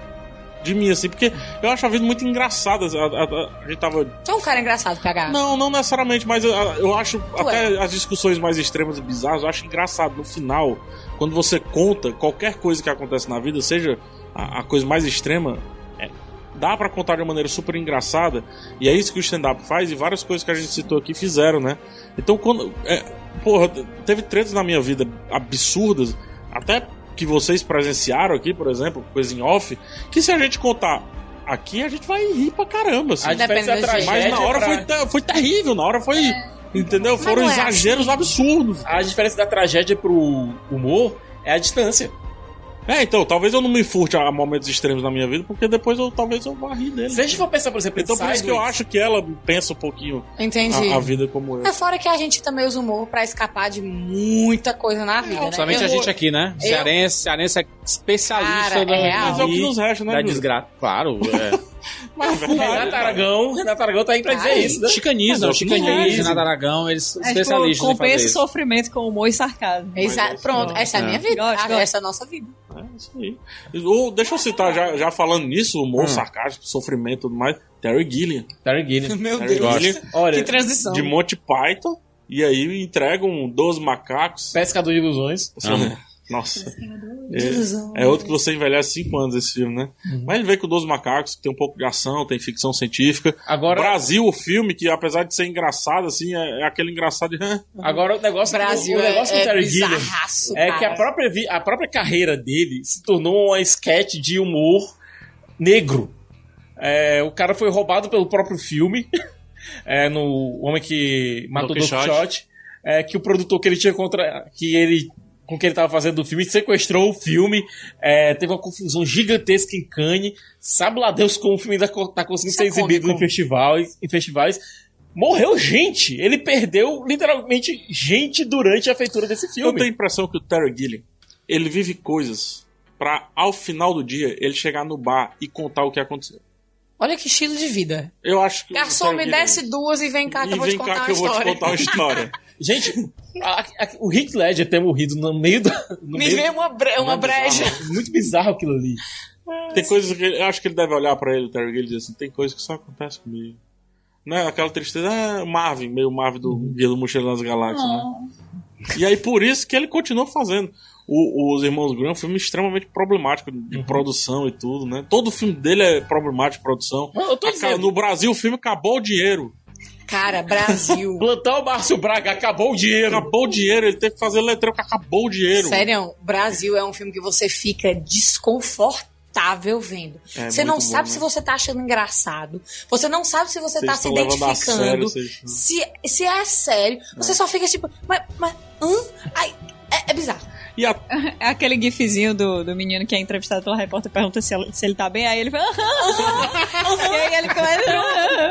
de mim, assim. Porque eu acho a vida muito engraçada. assim, A, a- a- a gente tava.
Tu é um cara engraçado, PH.
Não, não necessariamente, mas eu, eu acho. Até as discussões mais extremas e bizarras, eu acho engraçado. No final, quando você conta qualquer coisa que acontece na vida, seja a, a coisa mais extrema. é, Dá pra contar de uma maneira super engraçada, e é isso que o stand-up faz, e várias coisas que a gente citou aqui fizeram, né? Então, quando. é, porra, teve tretas na minha vida absurdas, até que vocês presenciaram aqui, por exemplo, coisa em off, que se a gente contar aqui, a gente vai rir pra caramba. Assim.
A diferença é a
Depende do jeito.
tragédia.
Mas na hora
pra-
foi, te- foi terrível, na hora foi. Entendeu? Foram
É. não é
exageros absurdos.
A diferença da tragédia pro humor é a distância.
É, então, talvez eu não me furte a momentos extremos na minha vida, porque depois eu talvez eu vá rir dele.
Se a gente for pensar, por exemplo, em
Então por isso que eu
Sideways,
acho que ela pensa um pouquinho
Entendi.
a, a vida como eu.
É fora que a gente também usa humor pra escapar de muita coisa na vida, né?
Principalmente a
Eu-
é
gente aqui, né?
eu-
Cearense, cearense é especialista
Cara,
da,
é real.
Mas é o que
da-
nos resta, né?
da
Júlio?
desgraça. Claro, é.
Mas, é
Renato
verdade.
Aragão, Renato Aragão tá aí pra dizer
Ai.
isso, né?
Chicanismo,
Mas é o
o
que nos
chicanismo,
resta.
Renato Aragão, eles
Um
são
É, tipo,
especialistas em fazer
compensa o
isso.
sofrimento com humor e sarcasmo.
Exa- Pronto, essa é a minha vida.
Gosto,
Ah,
gosto.
Essa é a nossa vida.
É isso aí. Ou, deixa eu citar, já, já falando nisso, humor, sarcasmo, sofrimento e tudo mais, Terry Gilliam.
Terry Gilliam.
Meu
Terry Gilliam,
tá Olha,
transição.
de Monty Python, e aí entregam 12 macacos.
Pescador de Ilusões.
Nossa.
né?
É, é outro que você envelhece 5 anos esse filme, né?
Uhum.
Mas ele veio com 12 macacos, que tem um pouco de ação, tem ficção científica.
Agora,
Brasil, o filme, que apesar de ser engraçado, assim, é, é aquele engraçado de.
agora o negócio,
Brasil
o
é,
negócio do
é
Terry Gilliam
bizarraço,
é
cara.
que a própria, vi- a própria carreira dele se tornou uma esquete de humor negro. É, o cara foi roubado pelo próprio filme, é, no o Homem que Matou Don
Don Quixote.
Quixote, é, que o produtor que ele tinha contra, que ele com que ele estava fazendo o filme, sequestrou o filme, é, teve uma confusão gigantesca em Cannes, sabe lá Deus como o filme está conseguindo
Isso
ser
é
exibido em
cômico.
festivais, em festivais. Morreu gente! Ele perdeu literalmente gente durante a feitura desse
Eu
filme.
tenho a impressão que o Terry Gilliam, ele vive coisas pra, ao final do dia, ele chegar no bar e contar o que aconteceu.
Olha que estilo de vida.
Eu acho que. o
Garçom,
Terry
me
Gilliam-
desce duas e vem cá que
E
eu vou te
vem
contar
cá
uma
que eu vou te
história.
contar uma história.
Gente, a- a- o Heath Ledger ter morrido no meio do. No
Me
meio-
vê uma, bre
é
uma breja.
Muito bizarro aquilo ali.
Tem coisas que ele- eu acho que ele deve olhar pra ele, o Terry Gilliam, e dizer assim: tem coisas que só acontecem comigo. Né? Aquela tristeza, ah, Marvin, meio Marvin do Guia do Mochileiro das Galáxias, né? E aí por isso que ele continuou fazendo. o- os Irmãos Grimm é um filme extremamente problemático de produção e tudo, né? Todo filme dele é problemático de produção.
Eu tô
Aca-
dizendo,
No Brasil, o filme acabou o dinheiro.
Cara, Brasil.
plantar o Márcio Braga, acabou o dinheiro.
Acabou o dinheiro, ele teve que fazer letreiro que acabou o dinheiro.
Sério, Brasil é um filme que você fica desconfortável vendo.
É
você não
muito bom,
sabe
né?
se você tá achando engraçado. Você não sabe se você
Vocês
tá se
estão levando a sério,
identificando.
vocês-
Se, se é sério. Você só fica tipo, mas, mas, hum? Ai, é, é bizarro.
E a
É aquele gifzinho do, do menino que é entrevistado pela repórter pergunta se, ela- se ele tá bem, aí ele fala. e aí ele começa.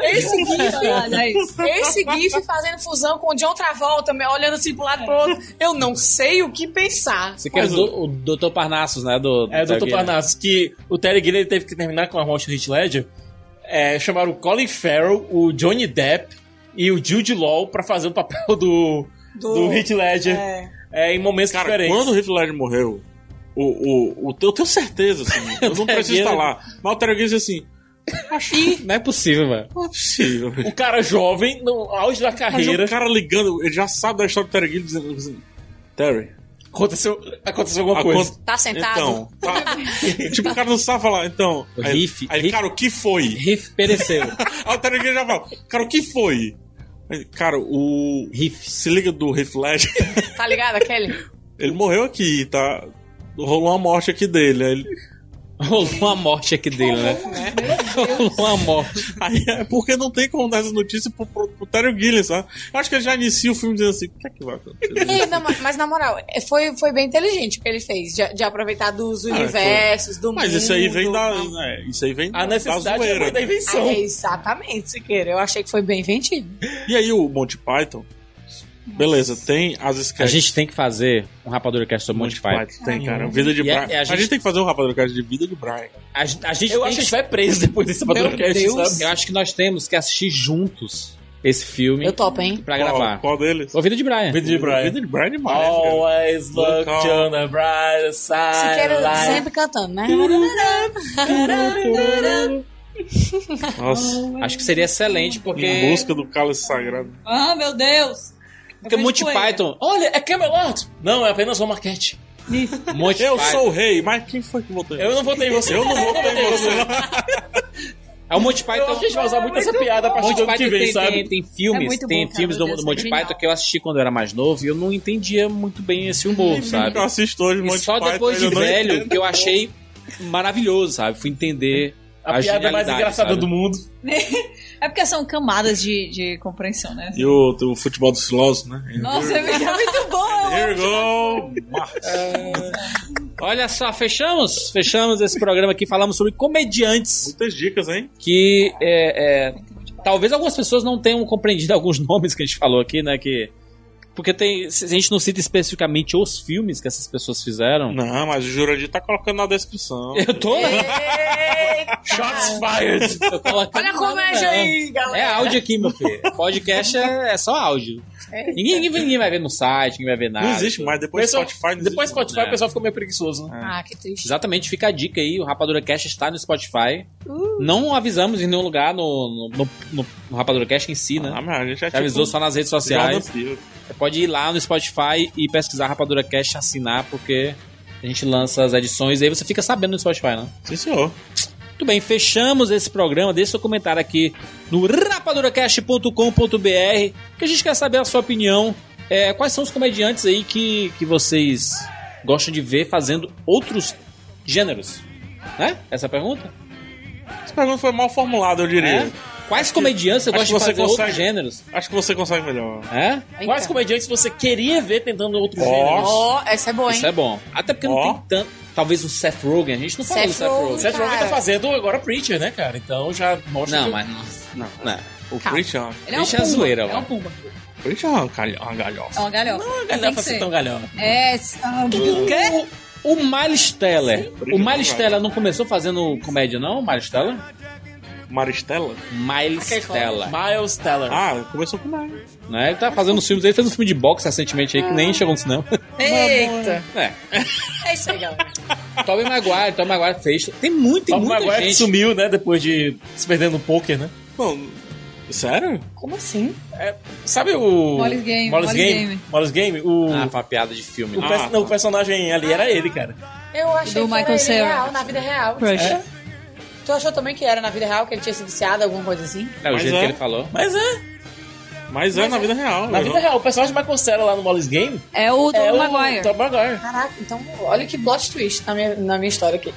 Esse
Ah, não é isso.
Esse GIF fazendo fusão com o John Travolta, me- olhando assim pro lado e pro outro. Eu não sei o que pensar.
Você quer o, Dr. Parnassus, né? Do,
Tá
É, Dr.
Guilherme.
Parnassus, que o Terry Gilliam teve que terminar com a morte do Heath Ledger. É, chamaram o Colin Farrell, o Johnny Depp e o Jude Law pra fazer o papel do,
Uh,
do Heath Ledger
é.
é, em momentos
Cara,
diferentes.
quando o Heath Ledger morreu, o, o, o, eu tenho certeza, assim, eu não preciso estar lá. Mas o Terry Gilliam disse assim,
Não é possível, velho.
não é possível.
O cara jovem, no auge da
Imagina
carreira,
o cara ligando, ele já sabe da história do Terry Gilliam, dizendo assim, Terry,
aconteceu, aconteceu alguma coisa.
acon-
Tá sentado?
Então, tá- tipo, o cara não sabe falar, então...
O
Aí,
riff-
aí,
riff-
cara, o que foi?
Riff pereceu.
Aí o Terry Gilliam já fala, cara, o que foi? Aí, Cara, o...
Riff.
Se liga do Heath Ledger,
Tá ligado, aquele?
ele morreu aqui, tá? Rolou uma morte aqui dele, aí ele...
Rolou uma morte aqui dele, né? Rolou uma morte.
Aí é porque não tem como dar essa notícia pro, pro, pro Terry Gilliam, sabe? Eu acho que ele já inicia o filme dizendo assim: o que é que vai acontecer?
Ei, não, mas- mas na moral, é, foi, foi bem inteligente o que ele fez, de, de aproveitar dos
Ah, foi.
universos, do mundo.
Mas isso aí vem da.
tá?
né, isso aí vem
A
da
necessidade é
zoeira. né?
da
Ah,
invenção.
é, exatamente, Siqueira. Eu achei que foi bem inventivo.
E aí o Monty Python. Beleza, tem as
A
sketches.
gente tem que fazer um rapadura cast sobre Monty Python.
Tem, cara. Vida de
E a-
Brian.
e a
a,
gente-
gente tem que fazer um rapadura de vida de Brian.
A, gen- a gente
Eu
tem
acho que a gente vai preso depois desse podcast, sabe?
Eu acho que nós temos que assistir juntos esse filme
Eu topo, hein?
pra
qual,
gravar.
Qual deles?
Ouvido de Brian.
Vida de Brian. Vida de Brian é demais. cara.
Always look
Look on.
on the bright
Ah,
Siqueira
side.
sempre cantando, né?
Nossa,
Acho que seria excelente,
em
porque.
busca do cálice sagrado.
Ah, meu Deus!
Porque Monty Python.
Olha, é Camelot! Não, é apenas uma marquete.
Monty
Eu
Python.
sou o rei, mas quem foi que votou?
Eu não votei em você.
Eu não votei em você.
É o Monty
Eu acho
Python.
que a gente vai usar muito essa piada a partir
Monty
do ano
Python
que vem,
tem,
sabe?
tem, tem filmes,
É muito
tem
bom, cara,
filmes do,
meu
do
Deus, é
Monty
genial.
Python que eu assisti quando eu era mais novo e eu não entendia muito bem esse humor, sabe?
Eu assisto hoje
E
Monty
só
Python,
depois de
eu não
velho
entendo.
que eu achei maravilhoso, sabe? Fui entender
A, piada é mais
genialidade,
engraçada
sabe?
do mundo.
É porque são camadas de, de compreensão, né?
E o, o futebol dos filósofos, né?
Nossa, é muito bom!
Here we go!
Olha só, fechamos? Fechamos esse programa aqui, falamos sobre comediantes
Muitas dicas, hein?
que é, é, talvez algumas pessoas não tenham compreendido alguns nomes que a gente falou aqui, né? Que, porque tem, se a gente não cita especificamente os filmes que essas pessoas fizeram.
Não, mas o Jurandir tá colocando na descrição.
Eu tô, né?
É.
Shots fired!
Tô colocando
Olha a
lá,
comédia
né?
aí, galera.
É áudio aqui, meu filho. Podcast é, é só áudio.
É
Ninguém, ninguém, ninguém vai ver no site, ninguém vai ver nada.
Não existe mais, né? depois
Pessoal,
Spotify. Não
Depois
existe
Spotify
É.
o pessoal ficou meio preguiçoso, né?
Ah, que triste.
Exatamente, fica a dica aí. O Rapadura Cast está no Spotify.
Uh.
Não avisamos em nenhum lugar no, no, no, no Rapadura Cast em si,
mais.
né?
Ah, mas a gente já
Já avisou só nas redes sociais.
sociais.
Você pode ir lá no Spotify e pesquisar Rapadura Cast e assinar, porque a gente lança as edições e aí você fica sabendo no Spotify, né?
Sim, senhor.
Muito bem, fechamos esse programa. Deixe seu comentário aqui no rapaduracast.com.br que a gente quer saber a sua opinião. É, quais são os comediantes aí que, que vocês gostam de ver fazendo outros gêneros? Né? Essa é a pergunta?
Essa pergunta foi mal formulada, eu diria.
É? Quais comediantes você
acho
gosta de
que você
fazer outros
consegue.
gêneros?
Acho que você consegue melhor.
É?
Quais comediantes você queria ver tentando outro
Ó.
gênero?
Ó, essa é boa, hein?
Isso é bom. Até porque
Ó.
não tem tanto. Talvez o Seth Rogen, a gente não falou do
Seth
Seth Rogen.
Rogen.
Seth Rogen tá
Cara.
fazendo agora Preacher, né, cara? Então já mostra
Não,
que-
mas não. Não, não.
O
Calma.
Christian.
Ele é um
Deixa a
pumba.
zoeira,
é um
mano.
pumba.
O Christian é uma galho- uma galhofa.
É uma galhofa.
Não dá
Tem
pra
que
ser
ser.
tão galhão.
É. s- ah, o quê?
O Miles Teller. O Miles
Sim.
Teller não começou fazendo comédia, não, o Miles Teller?
Maristela?
Miles Teller.
Miles Teller.
Ah, começou com Mar.
Né? Ele tá fazendo uns filmes, ele fez um filme de boxe recentemente aí que nem chegou no cinema.
Eita.
É.
É isso aí, galera.
Tobey Maguire, Tobey Maguire fez. Tem muito, tem
Tom
muita
Maguire
gente.
sumiu, né, depois de se perder no poker, né?
Bom, Sério?
Como assim? É, sabe o.
Molly's Game,
Molly's
Molly's
Game.
Game.
Molly's Game? O,
Ah, foi uma piada de filme.
o,
né?
Ah.
perso- não, o personagem ali era ele, cara.
Eu achei
Do
que
Michael
era ele
Cera. É.
real, na vida real.
Crush.
Tu achou também que era na vida real, que ele tinha se viciado, alguma coisa assim?
É o
Mas
jeito
é.
que ele falou.
Mas é,
Mas é na vida real.
na
eu
vida real, o personagem de Michael Cera lá no Molly's Game
É o Tom
é o
Maguire.
Tom Maguire.
Caraca, então olha que plot twist na minha, na minha história aqui.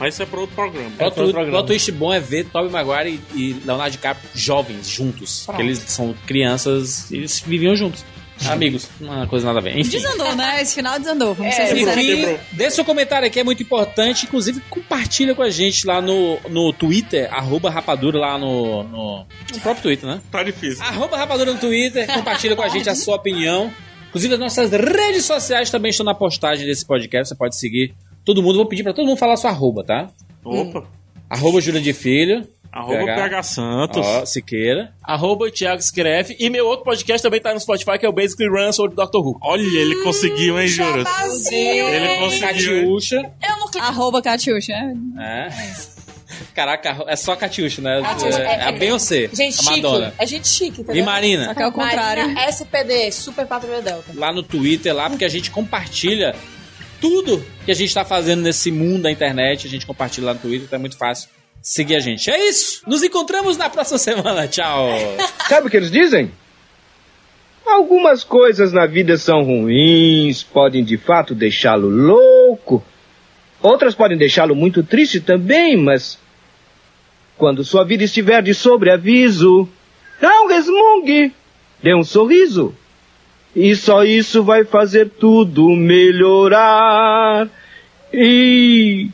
Mas isso é pra outro programa.
O
outro programa.
plot twist bom é ver Tobey Maguire e, e Leonardo DiCaprio jovens, juntos. Porque eles são crianças e eles viviam juntos. Amigos, uma coisa nada a ver. Enfim.
Desandou, né? Esse final desandou, vamos ser
Quebrou,
sinceros.
quebrou.
Dê seu comentário aqui, é muito importante. Inclusive, compartilha com a gente lá no, no Twitter, arroba rapadura lá no, no, no próprio Twitter, né?
Tá difícil.
Arroba rapadura no Twitter, compartilha com a gente a sua opinião. Inclusive, as nossas redes sociais também estão na postagem desse podcast. Você pode seguir todo mundo. Vou pedir pra todo mundo falar sua arroba, tá?
Opa.
Arroba Júlia de Filho.
Arroba
PH.
PH Santos.
Ó, Siqueira.
Arroba Thiago Escreve. E meu outro podcast também tá no Spotify, que é o Basically Run sobre Doctor Who.
Olha, ele conseguiu, hein, Jura? Ele conseguiu. hein?
É, Catiúcha.
Arroba Catiuxa.
É. Caraca, arro- é só Catiúcha, né?
Catiúcha,
É,
é-
a Beyoncé.
Gente
a Madonna.
chique. É gente chique, entendeu?
E Marina.
Só que é o contrário.
Marina, SPD, Super Patrulha Delta.
lá no Twitter, lá, porque a gente compartilha tudo que a gente tá fazendo nesse mundo da internet. A gente compartilha lá no Twitter, então é muito fácil seguir a gente. É isso! Nos encontramos na próxima semana. Tchau!
Sabe o que eles dizem? Algumas coisas na vida são ruins, podem de fato deixá-lo louco. Outras podem deixá-lo muito triste também, mas. Quando sua vida estiver de sobreaviso, não resmungue! Dê um sorriso! E só isso vai fazer tudo melhorar. E.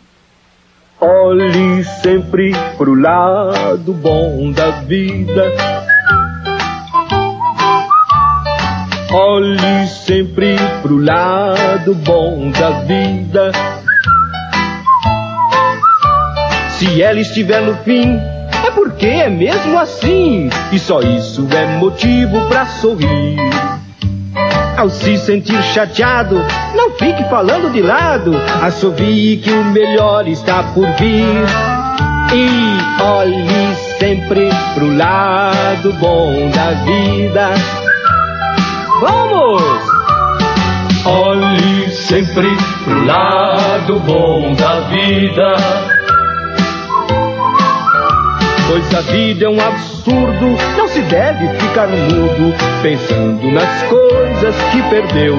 Olhe sempre pro lado bom da vida. Olhe sempre pro lado bom da vida. Se ela estiver no fim, é porque é mesmo assim. E só isso é motivo pra sorrir. Ao se sentir chateado, não fique falando de lado. Assovie que o melhor está por vir. E olhe sempre pro lado bom da vida. Vamos! Olhe sempre pro lado bom da vida. Pois a vida é um absurdo, não se deve ficar mudo, pensando nas coisas que perdeu.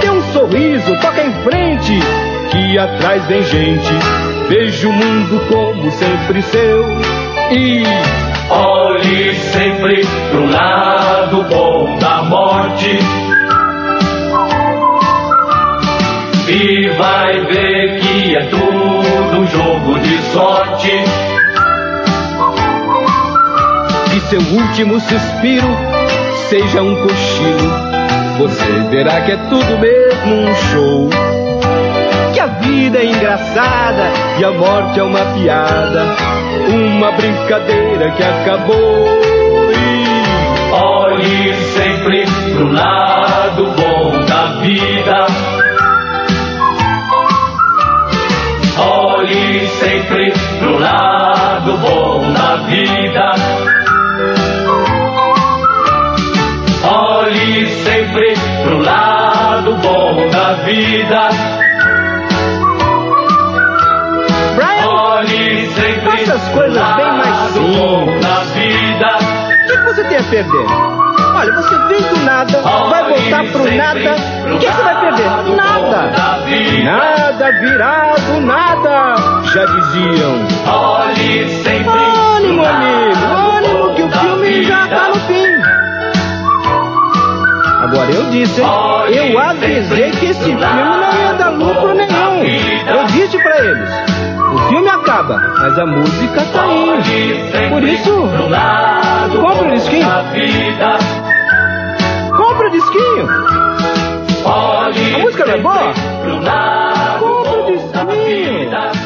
Dê um sorriso, toca em frente, que atrás vem gente. Veja o mundo como sempre seu. E olhe sempre pro lado bom da morte. E vai ver que é tudo um jogo de sorte. Que seu último suspiro seja um cochilo. Você verá que é tudo mesmo um show. Que a vida é engraçada e a morte é uma piada, uma brincadeira que acabou. E olhe sempre pro lado bom da vida. Olhe sempre pro lado bom da vida. Olhe sempre pro lado bom da vida. Olhe sempre Essas coisas bem mais simples na vida. O que que você tem a perder? Olha, você vem do nada, vai voltar pro nada. O que que você vai perder? Nada. Nada virado nada. Já diziam. Olhe sempre. Ânimo, amigo. Ânimo que o filme já tá no fim. Agora eu disse, hein? eu avisei que esse filme não ia dar lucro nenhum. Eu disse pra eles, o filme acaba, mas a música tá aí. Por isso, compra o disquinho. Compra o disquinho. A música não é boa? Compra o disquinho.